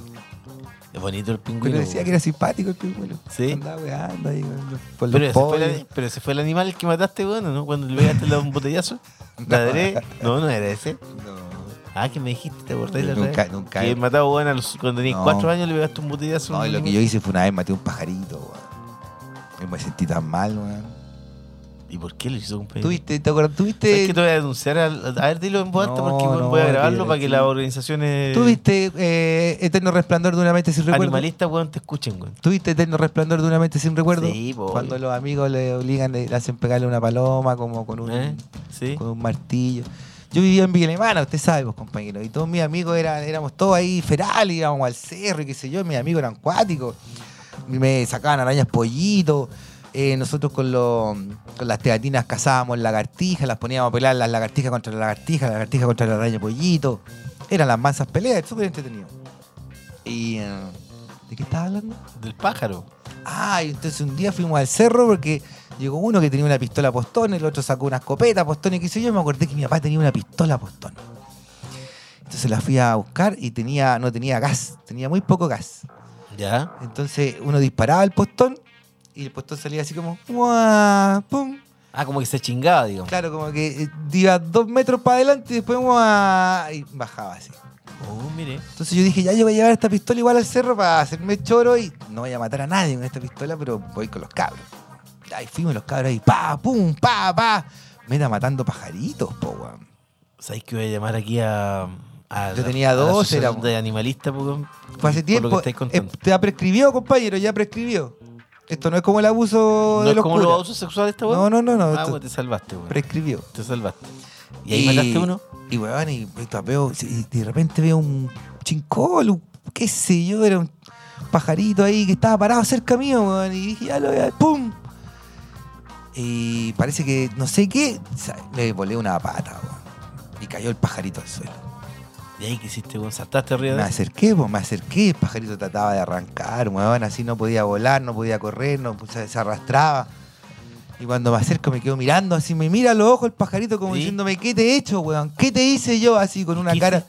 Speaker 1: Es bonito el pingüino.
Speaker 2: Pero decía
Speaker 1: weón.
Speaker 2: que era simpático el pingüino.
Speaker 1: Sí.
Speaker 2: Andaba weando ahí con los- por
Speaker 1: Pero
Speaker 2: los
Speaker 1: ese, fue la-
Speaker 2: pollos.
Speaker 1: pero ese fue el animal que mataste, weón, ¿o ¿no? Cuando le pegaste la- un botellazo. Ladré. No, no era ese.
Speaker 2: No,
Speaker 1: Ah, que me dijiste, te acordás la
Speaker 2: Nunca-
Speaker 1: otra vez?
Speaker 2: nunca.
Speaker 1: Que mataba weón a los- cuando tenías
Speaker 2: No.
Speaker 1: cuatro años le pegaste un botellazo. a
Speaker 2: no,
Speaker 1: un
Speaker 2: y lo que yo
Speaker 1: animal.
Speaker 2: hice fue una vez maté un pajarito, weón. Y Me sentí tan mal, weón.
Speaker 1: ¿Y por qué lo hizo, compañero?
Speaker 2: ¿Tuviste, te acuerdas? ¿Tuviste
Speaker 1: Es que te voy a denunciar. al- a ver, dilo en voz alta
Speaker 2: Este, No,
Speaker 1: porque weón, voy a
Speaker 2: no,
Speaker 1: grabarlo
Speaker 2: tira,
Speaker 1: para que
Speaker 2: tira.
Speaker 1: las organizaciones
Speaker 2: ¿Tuviste eh, Eterno Resplandor de una mente sin recuerdo?
Speaker 1: animalistas, weón, te escuchen, weón.
Speaker 2: ¿Tuviste Eterno Resplandor de una mente sin recuerdo?
Speaker 1: Sí, po,
Speaker 2: Cuando
Speaker 1: obvio.
Speaker 2: los amigos le obligan, le, le hacen pegarle una paloma como con un,
Speaker 1: ¿Eh? Sí.
Speaker 2: con un martillo. Yo vivía en Villa Alemana, usted sabe, pues, compañero. Y todos mis amigos eran, éramos todos ahí ferales, íbamos al cerro y qué sé yo. Mis amigos eran cuáticos. Y me sacaban arañas pollitos. Eh, nosotros con, los- con las teatinas cazábamos lagartijas, las poníamos a pelar las lagartijas contra la lagartija, la lagartija contra la araña pollito. Eran las mansas peleas, súper entretenido. Y. eh, ¿De qué estaba hablando?
Speaker 1: Del pájaro.
Speaker 2: Ah, y entonces un día fuimos al cerro porque llegó uno que tenía una pistola postón, el otro sacó una escopeta postón y qué sé yo, y me acordé que mi papá tenía una pistola postón. Entonces la fui a buscar y tenía, no tenía gas, tenía muy poco gas.
Speaker 1: ¿Ya?
Speaker 2: Entonces uno disparaba al postón y el postón salía así como ¡guau! ¡pum!
Speaker 1: Ah, como que se chingaba, digamos.
Speaker 2: Claro, como que eh, iba dos metros para adelante y después ¡guau! y bajaba así.
Speaker 1: Oh, mire.
Speaker 2: Entonces yo dije, ya yo voy a llevar esta pistola igual al cerro para hacerme choro y no voy a matar a nadie con esta pistola, pero voy con los cabros. Ahí fuimos los cabros ahí, pa, pum, pa, pa. Meta matando pajaritos, po, weón.
Speaker 1: ¿Sabes que voy a llamar aquí a. a
Speaker 2: Yo tenía
Speaker 1: a la
Speaker 2: 12,
Speaker 1: asociación
Speaker 2: era-
Speaker 1: de animalista, porque.
Speaker 2: Fue hace
Speaker 1: Por
Speaker 2: tiempo.
Speaker 1: lo que estáis
Speaker 2: eh,
Speaker 1: contando.
Speaker 2: te ha prescribió, compañero, ya prescribió. Esto no es como el abuso
Speaker 1: ¿No
Speaker 2: de
Speaker 1: es
Speaker 2: los
Speaker 1: como
Speaker 2: curas.
Speaker 1: los abusos sexuales esta weón?
Speaker 2: No, no, no, no,
Speaker 1: Ah,
Speaker 2: esto-
Speaker 1: weón, te salvaste, weón.
Speaker 2: Prescribió.
Speaker 1: Te salvaste. ¿Y ahí mataste uno?
Speaker 2: Y weón, y, puta, veo- y de repente veo un chincol, un- qué sé yo, era un pajarito ahí que estaba parado cerca mío, weón, y dije, ya lo voy a ¡pum! Y parece que no sé qué, sa- le volé una pata, weón, y cayó el pajarito al suelo.
Speaker 1: ¿Y ahí qué hiciste, weón? ¿Saltaste arriba
Speaker 2: Me
Speaker 1: de él?
Speaker 2: acerqué, pues, me acerqué, el pajarito trataba de arrancar, weón, así no podía volar, no podía correr, no pues, se, se arrastraba. Y cuando me acerco me quedo mirando, así me mira a los ojos el pajarito como
Speaker 1: ¿Sí?
Speaker 2: diciéndome, ¿qué te he hecho, weón? ¿Qué te hice yo? Así con una
Speaker 1: ¿Qué
Speaker 2: cara.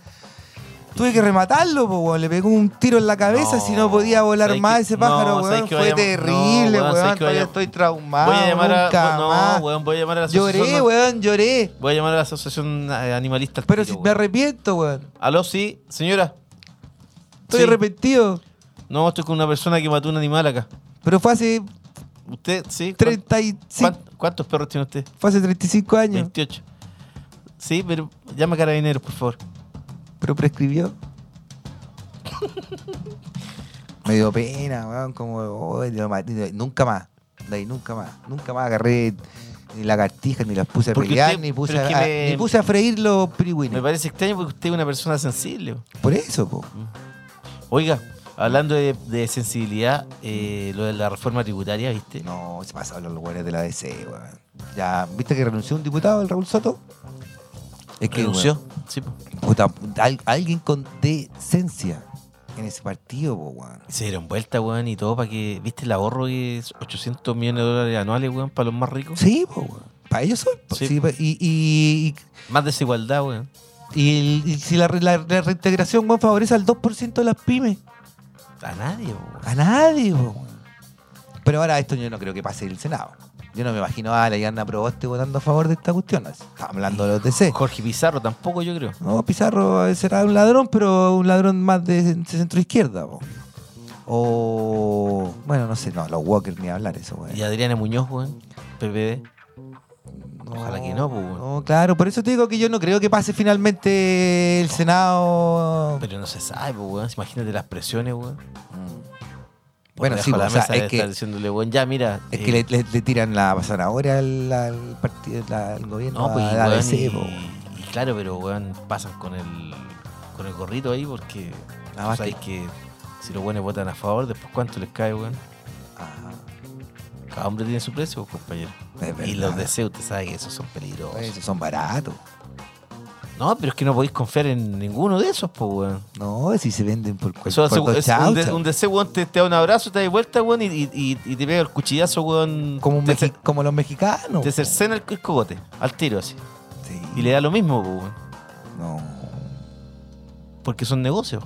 Speaker 2: Tuve que rematarlo, po, weón. Le pegó un tiro en la cabeza, si no podía volar
Speaker 1: ¿sabes
Speaker 2: más
Speaker 1: que-
Speaker 2: ese pájaro,
Speaker 1: no, ¿sabes
Speaker 2: weón.
Speaker 1: que
Speaker 2: Fue
Speaker 1: voy a llam-
Speaker 2: terrible,
Speaker 1: no, weón,
Speaker 2: weón.
Speaker 1: ¿sabes que voy a
Speaker 2: Todavía
Speaker 1: llam-
Speaker 2: estoy traumado.
Speaker 1: Voy a llamar a.
Speaker 2: nunca
Speaker 1: no,
Speaker 2: más.
Speaker 1: weón, voy a llamar a la asociación.
Speaker 2: Lloré, weón, lloré.
Speaker 1: Voy a llamar a la asociación eh, animalista. al
Speaker 2: Pero
Speaker 1: tiro,
Speaker 2: si me
Speaker 1: weón.
Speaker 2: arrepiento, weón.
Speaker 1: Aló, sí, señora.
Speaker 2: Estoy
Speaker 1: Sí.
Speaker 2: arrepentido.
Speaker 1: No, estoy con una persona que mató un animal acá.
Speaker 2: Pero fue hace
Speaker 1: ¿Usted, sí? ¿Cuán-
Speaker 2: 35
Speaker 1: cuán- ¿Cuántos perros tiene usted?
Speaker 2: Fue hace 35 años,
Speaker 1: 28. Sí, pero llama a carabineros, por favor.
Speaker 2: pero prescribió. Me dio pena, weón, como "Oy, lo maté". nunca más, de ahí nunca más, nunca más agarré ni lagartijas, ni las puse a
Speaker 1: Porque
Speaker 2: pelear,
Speaker 1: usted-
Speaker 2: ni, puse
Speaker 1: pero
Speaker 2: a,
Speaker 1: es que
Speaker 2: a-
Speaker 1: me-
Speaker 2: ni puse a freír los pirigüines.
Speaker 1: Me parece extraño porque usted es una persona sensible.
Speaker 2: Por eso, po.
Speaker 1: Oiga, hablando de, de sensibilidad, eh, lo de la reforma tributaria, ¿viste?
Speaker 2: No, se pasa a hablar los weones de la DC, weón. Ya, ¿viste que renunció un diputado, el Raúl Soto? Es que,
Speaker 1: Renunció.
Speaker 2: weón,
Speaker 1: Sí, po.
Speaker 2: puta, al- alguien con decencia en ese partido, po, weón.
Speaker 1: se dieron vuelta, weón, y todo para que, ¿viste el ahorro que es 800 millones de dólares anuales, weón, para los más ricos?
Speaker 2: Sí, po, Para ellos son. po.
Speaker 1: Sí,
Speaker 2: Sí,
Speaker 1: po.
Speaker 2: pa- y, y-
Speaker 1: Más desigualdad, weón.
Speaker 2: y Y, el- y si la, re- la- la reintegración weón, favorece al 2% de las pymes.
Speaker 1: A nadie, po.
Speaker 2: A nadie, po, weón. Pero ahora esto yo no creo que pase en el Senado. Yo no me imagino a la Yana Proboste votando a favor de esta cuestión. Estamos hablando de los DC.
Speaker 1: Jorge Pizarro tampoco, yo creo.
Speaker 2: No, Pizarro será un ladrón, pero un ladrón más de, de centro izquierda. po. O. Bueno, no sé, no, los Walker ni hablar eso, weón.
Speaker 1: Y Adriana Muñoz, weón. PPD. Ojalá que no, po, weón.
Speaker 2: No, claro, por eso te digo que yo no creo que pase finalmente el Senado.
Speaker 1: Pero no se sabe, po, weón. Imagínate las presiones, weón. Por
Speaker 2: Bueno,
Speaker 1: debajo
Speaker 2: sí, po,
Speaker 1: de mm, la
Speaker 2: o sea,
Speaker 1: mesa
Speaker 2: es
Speaker 1: de
Speaker 2: que-
Speaker 1: estar diciéndole, weón, ya mira.
Speaker 2: Es
Speaker 1: eh,
Speaker 2: que le, le- le tiran la zanahoria al, al partido, la- al gobierno.
Speaker 1: No, pues,
Speaker 2: a
Speaker 1: y,
Speaker 2: la
Speaker 1: weón,
Speaker 2: DC,
Speaker 1: y-
Speaker 2: Ah, po, weón.
Speaker 1: y claro, pero weón, pasan con el con el gorrito ahí porque
Speaker 2: Ah,
Speaker 1: tú
Speaker 2: más
Speaker 1: sabes que si los buenos votan a favor, después cuánto les cae, weón. Ah,
Speaker 2: Ajá.
Speaker 1: Cada hombre tiene su precio, pues, compañero.
Speaker 2: Es
Speaker 1: Y
Speaker 2: verdad. Pues,
Speaker 1: los deseos, usted sabe que esos son peligrosos.
Speaker 2: Esos son baratos.
Speaker 1: No, pero es que no podéis confiar en ninguno de esos, pues, weón.
Speaker 2: No, si se venden por, por,
Speaker 1: Eso hace,
Speaker 2: por dos
Speaker 1: es un, de-
Speaker 2: chauchas.
Speaker 1: un deseo, weón, te, te da un abrazo, te da vuelta, weón, y, y, y- y te pega el cuchillazo, weón.
Speaker 2: como, un
Speaker 1: te,
Speaker 2: mexi-
Speaker 1: cer-
Speaker 2: como los mexicanos.
Speaker 1: te cercena el, el cogote, al tiro así.
Speaker 2: Sí.
Speaker 1: Y le da lo mismo, pues, weón.
Speaker 2: No.
Speaker 1: Porque son negocios.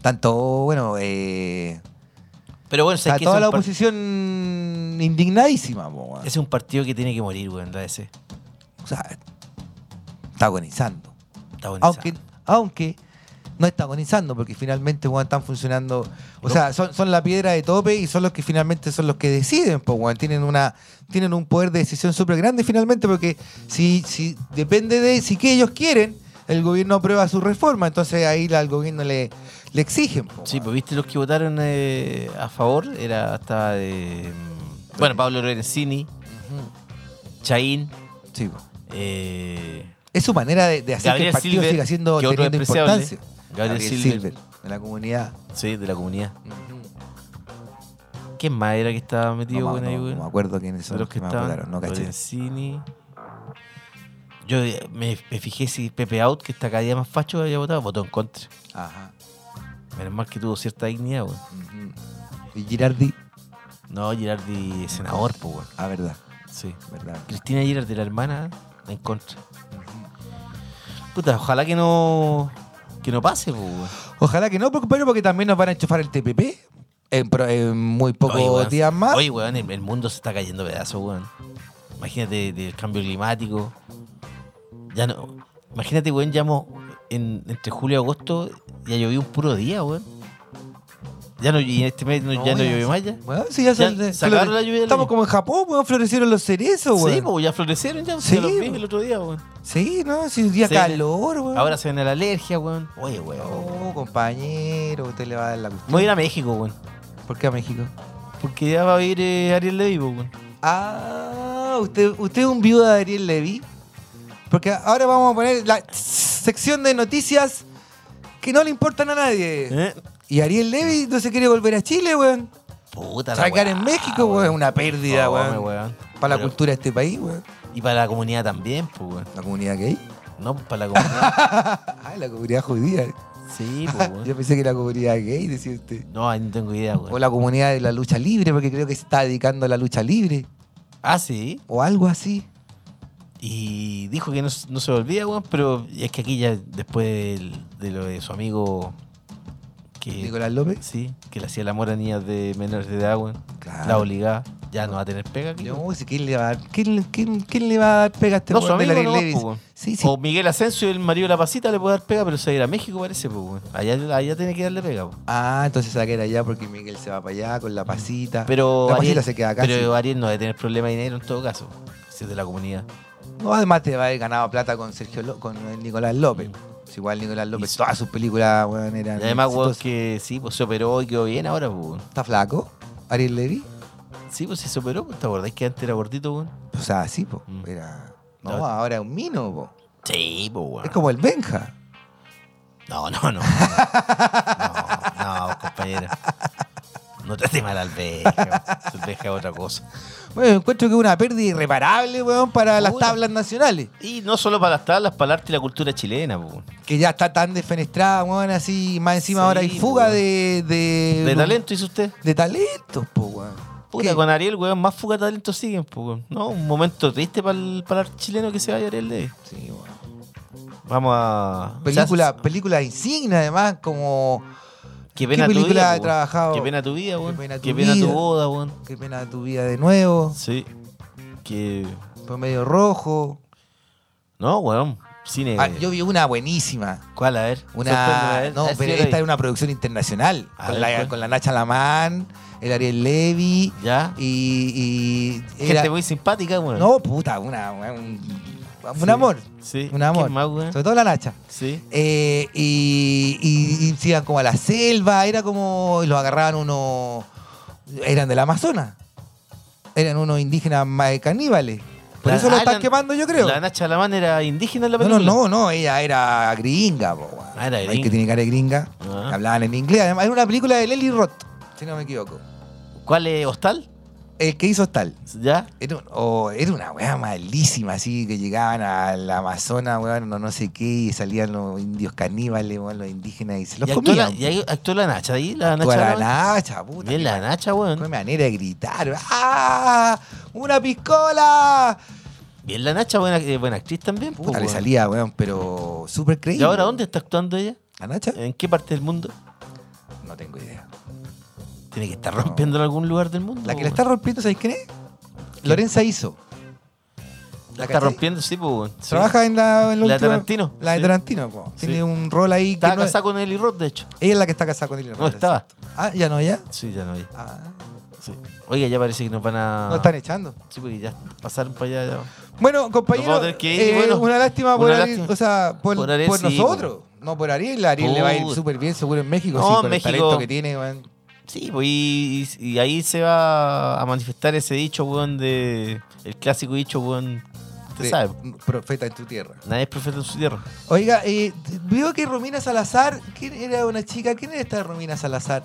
Speaker 2: Tanto, bueno, eh,
Speaker 1: Pero bueno,
Speaker 2: está
Speaker 1: sabes que
Speaker 2: toda
Speaker 1: ese
Speaker 2: la
Speaker 1: es un par-
Speaker 2: oposición indignadísima. po, weón.
Speaker 1: ese es un partido que tiene que morir, weón, la DC.
Speaker 2: O sea, está agonizando.
Speaker 1: Está bonito.
Speaker 2: Aunque, aunque no está agonizando, porque finalmente weón, están funcionando. O
Speaker 1: No.
Speaker 2: sea, son, son la piedra de tope y son los que finalmente son los que deciden. po, weón. tienen, una, tienen un poder de decisión súper grande finalmente, porque si, si depende de si que ellos quieren, el gobierno aprueba su reforma. Entonces ahí la- al gobierno le, le exigen. po,
Speaker 1: Sí,
Speaker 2: weón.
Speaker 1: pues viste los que votaron eh, a favor, era estaba de mm, bueno, Pablo Lorenzini, Chaín,
Speaker 2: Sí, po.
Speaker 1: eh,
Speaker 2: Es su manera de, de hacer que el
Speaker 1: Gabriel
Speaker 2: partido
Speaker 1: Silver,
Speaker 2: siga siendo
Speaker 1: que otro
Speaker 2: teniendo
Speaker 1: despreciable.
Speaker 2: importancia.
Speaker 1: Gabriel Silver.
Speaker 2: de la comunidad.
Speaker 1: sí, de la comunidad.
Speaker 2: No,
Speaker 1: ¿Quién más era que estaba metido
Speaker 2: ma-
Speaker 1: weón, ahí,
Speaker 2: no,
Speaker 1: weón?
Speaker 2: no me acuerdo quiénes
Speaker 1: De
Speaker 2: son
Speaker 1: los
Speaker 2: los
Speaker 1: que
Speaker 2: que me
Speaker 1: estaban.
Speaker 2: acordaron, no caché.
Speaker 1: Lorenzini. Yo eh, me, me fijé si Pepe Out, que está cada día más facho, había votado, votó en contra.
Speaker 2: Ajá.
Speaker 1: Menos mal que tuvo cierta dignidad, weón.
Speaker 2: ujú. Y Girardi,
Speaker 1: No, Girardi, es senador, pues, weón.
Speaker 2: ah, verdad,
Speaker 1: Sí.
Speaker 2: verdad.
Speaker 1: Cristina Girardi, la hermana, en contra. Puta, ojalá que no. Que no pase, pues, weón.
Speaker 2: Ojalá que no, porque- pero porque también nos van a enchufar el TPP en, pro- en muy pocos
Speaker 1: Oye, weón,
Speaker 2: días más.
Speaker 1: Oye, weón, el, el mundo se está cayendo a pedazos, weón. Imagínate del cambio climático. Ya no. Imagínate, weón, llamo en, entre julio y agosto ya llovió un puro día, weón. Ya no, y en este mes no- ya no llovió más ya.
Speaker 2: Weón, si ya
Speaker 1: Ya
Speaker 2: son de-
Speaker 1: sacaron
Speaker 2: flore-
Speaker 1: la lluvia del
Speaker 2: Estamos
Speaker 1: año.
Speaker 2: como en Japón, weón, florecieron los cerezos,
Speaker 1: Sí,
Speaker 2: weón.
Speaker 1: pues ya florecieron ya.
Speaker 2: Sí,
Speaker 1: Sí, los vi
Speaker 2: po.
Speaker 1: el otro día, weón.
Speaker 2: Sí, no, si un día
Speaker 1: Se viene-
Speaker 2: calor, weón.
Speaker 1: Ahora se viene la alergia, weón. Oye, weón.
Speaker 2: Oh, compañero, usted le va a dar la cuestión.
Speaker 1: Voy a ir a México, weón.
Speaker 2: ¿Por qué a México?
Speaker 1: Porque ya va a ir eh, Ariel Levy, po, weón.
Speaker 2: Ah, usted, usted es un viuda de Ariel Levy. Porque ahora vamos a poner la sección de noticias que no le importan a nadie.
Speaker 1: ¿Eh?
Speaker 2: Y Ariel Levy no se quiere volver a Chile, weón.
Speaker 1: Puta la
Speaker 2: Sacar
Speaker 1: weá,
Speaker 2: en México, weón, es una pérdida,
Speaker 1: Fome,
Speaker 2: weón. Para la
Speaker 1: Pero-
Speaker 2: cultura de este país, weón.
Speaker 1: Y para la comunidad también, pues, weón.
Speaker 2: La comunidad gay.
Speaker 1: No, pues, para la comunidad.
Speaker 2: Ah, la comunidad judía.
Speaker 1: sí, pues,
Speaker 2: Yo
Speaker 1: weón.
Speaker 2: pensé que la comunidad gay, decía usted.
Speaker 1: No, ahí no tengo idea,
Speaker 2: O
Speaker 1: weón.
Speaker 2: la comunidad de la lucha libre, porque creo que se está dedicando a la lucha libre.
Speaker 1: Ah, sí.
Speaker 2: O algo así.
Speaker 1: Y dijo que no, s- no se volvía, weón, pero es que aquí ya después del- de lo de su amigo que.
Speaker 2: Nicolás López.
Speaker 1: Sí, que le hacía el amor a niñas de menores de edad, weón.
Speaker 2: Claro.
Speaker 1: La obligaba. Ya no va a tener pega aquí. weón.
Speaker 2: No, si ¿quién le va a dar, quién, quién- quién le va a dar pega a este
Speaker 1: No,
Speaker 2: weón
Speaker 1: su
Speaker 2: del
Speaker 1: amigo
Speaker 2: Ariel
Speaker 1: nomás,
Speaker 2: Levy?
Speaker 1: po, weón.
Speaker 2: Sí, sí.
Speaker 1: O Miguel Asensio, el marido de la pasita, le puede dar pega, pero se va a ir a México, parece, pues, weón. Allá, allá tiene que darle pega, po.
Speaker 2: Ah, entonces se va a quedar allá porque Miguel se va para allá con la pasita.
Speaker 1: Pero
Speaker 2: la pasita
Speaker 1: Ariel,
Speaker 2: se queda acá.
Speaker 1: pero
Speaker 2: sí.
Speaker 1: Ariel no debe tener problema de dinero en todo caso. Si es de la comunidad.
Speaker 2: No, además te va a haber ganado plata con Sergio Ló- con el Nicolás López. Si igual Nicolás López,
Speaker 1: Y-
Speaker 2: todas sus películas, weón, eran.
Speaker 1: Y además, weón,
Speaker 2: exitosas.
Speaker 1: que sí, pues se operó y quedó bien ahora, pues. weón.
Speaker 2: Está flaco, Ariel Levy.
Speaker 1: Sí, pues sí se operó, pues, ¿te acordás que antes era gordito, weón?
Speaker 2: O sea, sí, po.
Speaker 1: Mm.
Speaker 2: Era. No,
Speaker 1: No.
Speaker 2: ahora es un mino, po.
Speaker 1: Sí, pues, weón.
Speaker 2: Es como el Benja.
Speaker 1: No, no, no. No, no, no, compañero. No te mal al beja. El beja es otra cosa.
Speaker 2: Bueno, encuentro que es una pérdida irreparable, weón, para las
Speaker 1: Puta.
Speaker 2: tablas nacionales.
Speaker 1: Y no solo para las tablas, para el arte y la cultura chilena, pues. weón.
Speaker 2: que ya está tan desfenestrada, weón, así, más encima ahora hay
Speaker 1: Sí,
Speaker 2: fuga
Speaker 1: weón.
Speaker 2: de, de...
Speaker 1: ¿De talento hizo usted?
Speaker 2: De talentos, po, weón.
Speaker 1: Puta,
Speaker 2: Eh, ¿Qué?
Speaker 1: con Ariel, weón, más fuga de talento siguen, pues. weón. No, un momento triste para el, para el chileno que se vaya Ariel de.
Speaker 2: Sí, weón.
Speaker 1: Va Vamos a.
Speaker 2: Película,
Speaker 1: o sea,
Speaker 2: película insignia, además, como
Speaker 1: Qué pena
Speaker 2: ¿Qué
Speaker 1: tu
Speaker 2: película
Speaker 1: vida.
Speaker 2: he
Speaker 1: weón.
Speaker 2: trabajado?
Speaker 1: Qué pena tu vida, weón. Qué
Speaker 2: pena
Speaker 1: pena
Speaker 2: tu
Speaker 1: tu,
Speaker 2: vida.
Speaker 1: boda, weón.
Speaker 2: Qué pena tu vida de nuevo,
Speaker 1: Sí. Que.
Speaker 2: Promedio Rojo.
Speaker 1: No, weón. Cine.
Speaker 2: Ah, yo vi una buenísima.
Speaker 1: ¿Cuál? A ver. sorpréndeme, a
Speaker 2: Una,
Speaker 1: ver.
Speaker 2: no,
Speaker 1: A ver si
Speaker 2: pero
Speaker 1: ¿eh? Ah, yo la
Speaker 2: esta
Speaker 1: vi.
Speaker 2: es una producción internacional.
Speaker 1: A
Speaker 2: Con
Speaker 1: ver,
Speaker 2: la,
Speaker 1: ¿cuál?
Speaker 2: con la Nacha Lamán, el Ariel Levy.
Speaker 1: Ya.
Speaker 2: Y. y
Speaker 1: Gente
Speaker 2: era-
Speaker 1: muy simpática, weón.
Speaker 2: no, puta, una, un, un
Speaker 1: Sí.
Speaker 2: amor.
Speaker 1: Sí.
Speaker 2: Un amor.
Speaker 1: ¿Quién más, weón?
Speaker 2: Sobre todo la Nacha.
Speaker 1: Sí.
Speaker 2: Eh, y, y, y se iban como a la selva, era como. y Los agarraban unos. Eran del Amazonas. Eran unos indígenas ma- caníbales. Por
Speaker 1: La-
Speaker 2: eso lo
Speaker 1: ah,
Speaker 2: están
Speaker 1: la-
Speaker 2: quemando, yo creo.
Speaker 1: La Nacha Lamán era indígena en la
Speaker 2: No, no,
Speaker 1: película.
Speaker 2: no, no, ella era gringa, po, weón.
Speaker 1: Ah, era
Speaker 2: Hay
Speaker 1: gringa.
Speaker 2: que tiene cara de gringa.
Speaker 1: Ah.
Speaker 2: Hablaban en inglés. Además, era una película de Lely Roth, si no me equivoco.
Speaker 1: ¿Cuál es Hostal?
Speaker 2: El que hizo tal.
Speaker 1: ¿Ya?
Speaker 2: Era, un- o- era una weá malísima, así que llegaban al Amazonas, weón, no, no sé qué, y salían los indios caníbales, weón, los indígenas, y se los
Speaker 1: y actuó la,
Speaker 2: comían.
Speaker 1: y ahí actuó la Nacha ahí, la
Speaker 2: Toda
Speaker 1: Nacha.
Speaker 2: la
Speaker 1: Lamán.
Speaker 2: Nacha, puta.
Speaker 1: Bien, la Nacha,
Speaker 2: Qué
Speaker 1: weón.
Speaker 2: manera de gritar. ¡Ah! ¡Una piscola!
Speaker 1: Bien, la Nacha, buena, eh, buena actriz también. pues,
Speaker 2: Puta, le
Speaker 1: weón.
Speaker 2: salía, weón, pero súper
Speaker 1: ¿Y
Speaker 2: creíble.
Speaker 1: ahora dónde Eh, está actuando ella?
Speaker 2: ¿La Nacha?
Speaker 1: ¿En qué parte del mundo?
Speaker 2: No tengo idea.
Speaker 1: Tiene que estar rompiendo en algún lugar del mundo.
Speaker 2: La que la
Speaker 1: weón.
Speaker 2: está rompiendo, ¿sabes quién es? Lorenza Hizo.
Speaker 1: La
Speaker 2: ¿La
Speaker 1: está
Speaker 2: cachai?
Speaker 1: rompiendo, sí, pues. weón. Sí.
Speaker 2: Trabaja en la... en
Speaker 1: La de
Speaker 2: última-
Speaker 1: Tarantino,
Speaker 2: La de
Speaker 1: sí.
Speaker 2: Tarantino, po. Tiene
Speaker 1: Sí.
Speaker 2: un rol ahí que
Speaker 1: Estaba
Speaker 2: no es-
Speaker 1: casada con Eli Roth, de hecho.
Speaker 2: Ella es la que está casada con él.
Speaker 1: No estaba.
Speaker 2: Ah, ¿ya no, ya?
Speaker 1: Sí, ya no hay.
Speaker 2: Ah,
Speaker 1: Sí. Oiga, ya parece que nos van a.
Speaker 2: no están echando.
Speaker 1: Sí, porque ya pasaron para allá. ya.
Speaker 2: Bueno,
Speaker 1: Nos
Speaker 2: compañero,
Speaker 1: vamos a tener que ir,
Speaker 2: eh,
Speaker 1: bueno,
Speaker 2: una lástima por
Speaker 1: una
Speaker 2: Ariel,
Speaker 1: lástima.
Speaker 2: o sea, por,
Speaker 1: Por Ariel,
Speaker 2: por
Speaker 1: sí, pues.
Speaker 2: nosotros, no por Ariel. Ariel le va a ir
Speaker 1: Puta.
Speaker 2: súper bien, seguro en México,
Speaker 1: No,
Speaker 2: sí,
Speaker 1: en
Speaker 2: con
Speaker 1: México.
Speaker 2: el talento que tiene, weón.
Speaker 1: Sí, pues y, y ahí se va a manifestar ese dicho, weón, de. El clásico dicho, weón. Usted
Speaker 2: De-
Speaker 1: sabe.
Speaker 2: Profeta en tu tierra.
Speaker 1: Nadie es profeta en su tierra.
Speaker 2: Oiga, eh, veo que Romina Salazar, ¿quién era una chica? ¿Quién era esta Romina Salazar?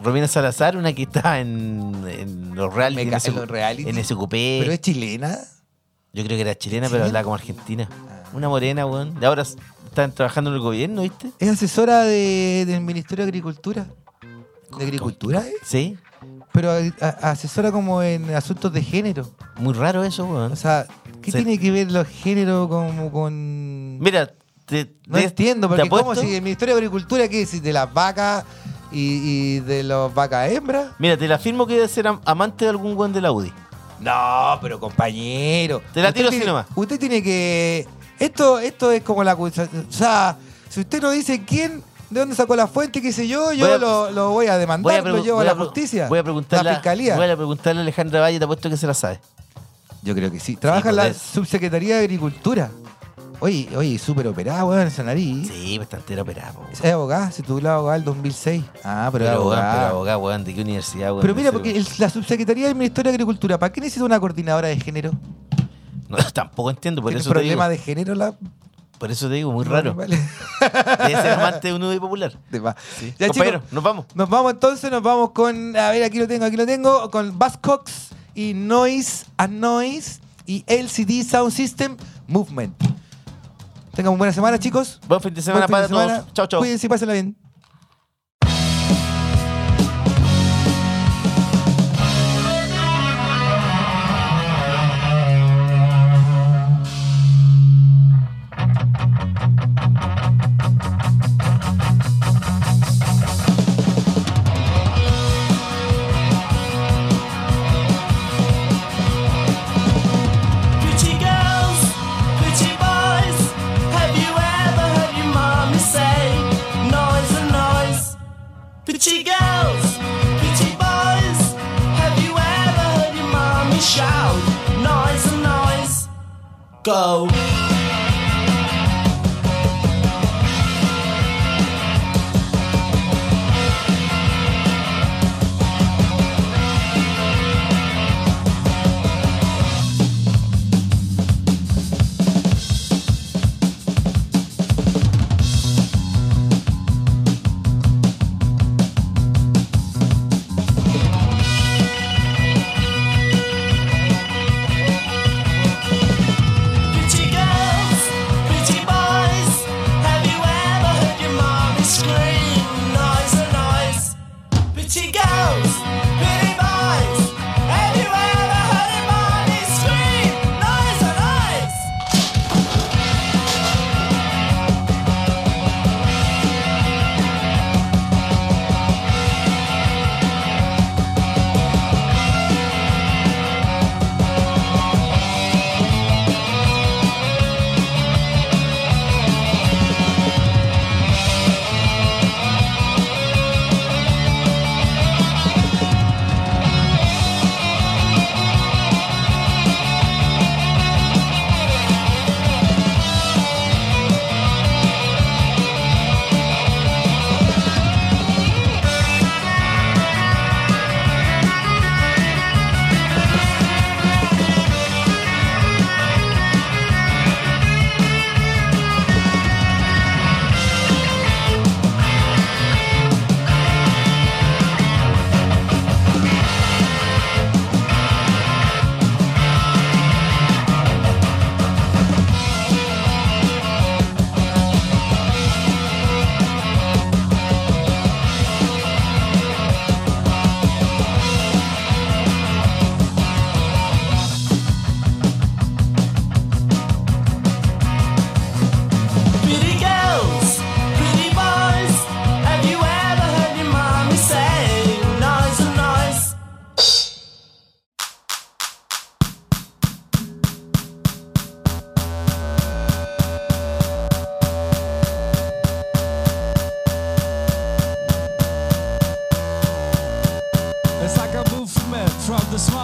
Speaker 1: Romina Salazar, una que está en, en los reality.
Speaker 2: Me
Speaker 1: en
Speaker 2: ca-
Speaker 1: ese-
Speaker 2: en los reality.
Speaker 1: En ese cupé.
Speaker 2: ¿Pero es chilena?
Speaker 1: Yo creo que era chilena, pero
Speaker 2: ¿Chilena?
Speaker 1: hablaba como argentina. Una morena, weón. Y ahora s- están trabajando en el gobierno, ¿viste?
Speaker 2: Es asesora de- del Ministerio de Agricultura. ¿De Agricultura? eh?
Speaker 1: Sí.
Speaker 2: Pero eh, a- a- asesora como en asuntos de género.
Speaker 1: Muy raro eso, weón.
Speaker 2: O sea, ¿qué
Speaker 1: Sí.
Speaker 2: tiene que ver los géneros como con...
Speaker 1: Mira, te,
Speaker 2: No
Speaker 1: te-
Speaker 2: entiendo,
Speaker 1: te
Speaker 2: porque como
Speaker 1: apuesto-
Speaker 2: si el Ministerio de Agricultura, ¿qué es? ¿De las vacas y, y de las vacas hembras?
Speaker 1: Mira, te la afirmo que debe ser am- amante de algún weón de la UDI.
Speaker 2: No, pero compañero.
Speaker 1: Te la
Speaker 2: Usted
Speaker 1: tiro así
Speaker 2: tiene-
Speaker 1: nomás.
Speaker 2: Usted tiene que... Esto, esto es como la... acusa- O sea, si usted no dice quién... ¿De dónde sacó la fuente? ¿Qué sé yo? Yo
Speaker 1: Voy a-
Speaker 2: lo, lo voy a demandar,
Speaker 1: pregu-
Speaker 2: lo llevo a
Speaker 1: voy
Speaker 2: pues, la
Speaker 1: pre-
Speaker 2: justicia.
Speaker 1: Voy a preguntarle,
Speaker 2: La
Speaker 1: a-
Speaker 2: fiscalía.
Speaker 1: Voy a preguntarle a Alejandra Valle, te apuesto que se la sabe.
Speaker 2: Yo creo que sí. Trabaja en
Speaker 1: pues,
Speaker 2: la
Speaker 1: es-
Speaker 2: Subsecretaría de Agricultura. Oye, oye, súper operada, weón, esa nariz.
Speaker 1: Sí, pues está entera operada, po, weón.
Speaker 2: Es abogada, se tituló abogada en 2006. Ah, pero, es
Speaker 1: Pero, weón,
Speaker 2: abogada.
Speaker 1: pero abogada, weón, ¿de qué universidad, weón?
Speaker 2: Pero
Speaker 1: No
Speaker 2: mira,
Speaker 1: sé,
Speaker 2: porque
Speaker 1: weón.
Speaker 2: el- la subsecretaría del Ministerio de Agricultura, ¿para qué necesita una coordinadora de género?
Speaker 1: No, tampoco entiendo, por
Speaker 2: ¿Tiene
Speaker 1: eso, te digo,
Speaker 2: problema de género la.
Speaker 1: por eso te digo, muy raro.
Speaker 2: Vale.
Speaker 1: Debe ser amante de un UDI popular.
Speaker 2: De más.
Speaker 1: Sí.
Speaker 2: Ya,
Speaker 1: Compañero,
Speaker 2: chicos,
Speaker 1: nos vamos.
Speaker 2: nos vamos entonces, nos vamos con. A ver, aquí lo tengo, aquí lo tengo. Con Bascox y Noise and Noise y LCD Sound System Movement. Tengan una buena semana, chicos.
Speaker 1: Buen fin de semana
Speaker 2: Buen
Speaker 1: para
Speaker 2: fin de semana.
Speaker 1: todos. Chao, chao.
Speaker 2: Cuídense y pásenla bien.
Speaker 6: Pretty girls, pretty boys, have you ever heard your mommy say noise and noise? Pretty girls, pretty boys, have you ever heard your mommy shout noise and noise? Go. Pretty girls,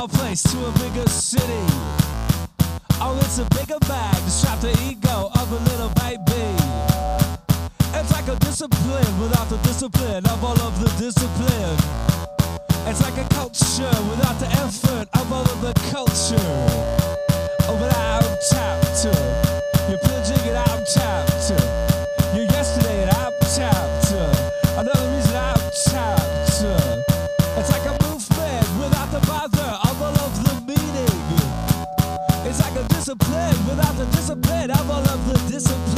Speaker 7: place to a bigger city. Oh, it's a bigger bag to strap the ego of a little baby. It's like a discipline without the discipline of all of the discipline. It's like a culture without the effort of all of the culture. Oh, but I'm tapped to your pillaging and I'm tapped to your yesterday and I'm tapped to another reason I'm tapped to. It's like a movement without the bother of all of the meaning. It's like a discipline without the discipline of all of the discipline.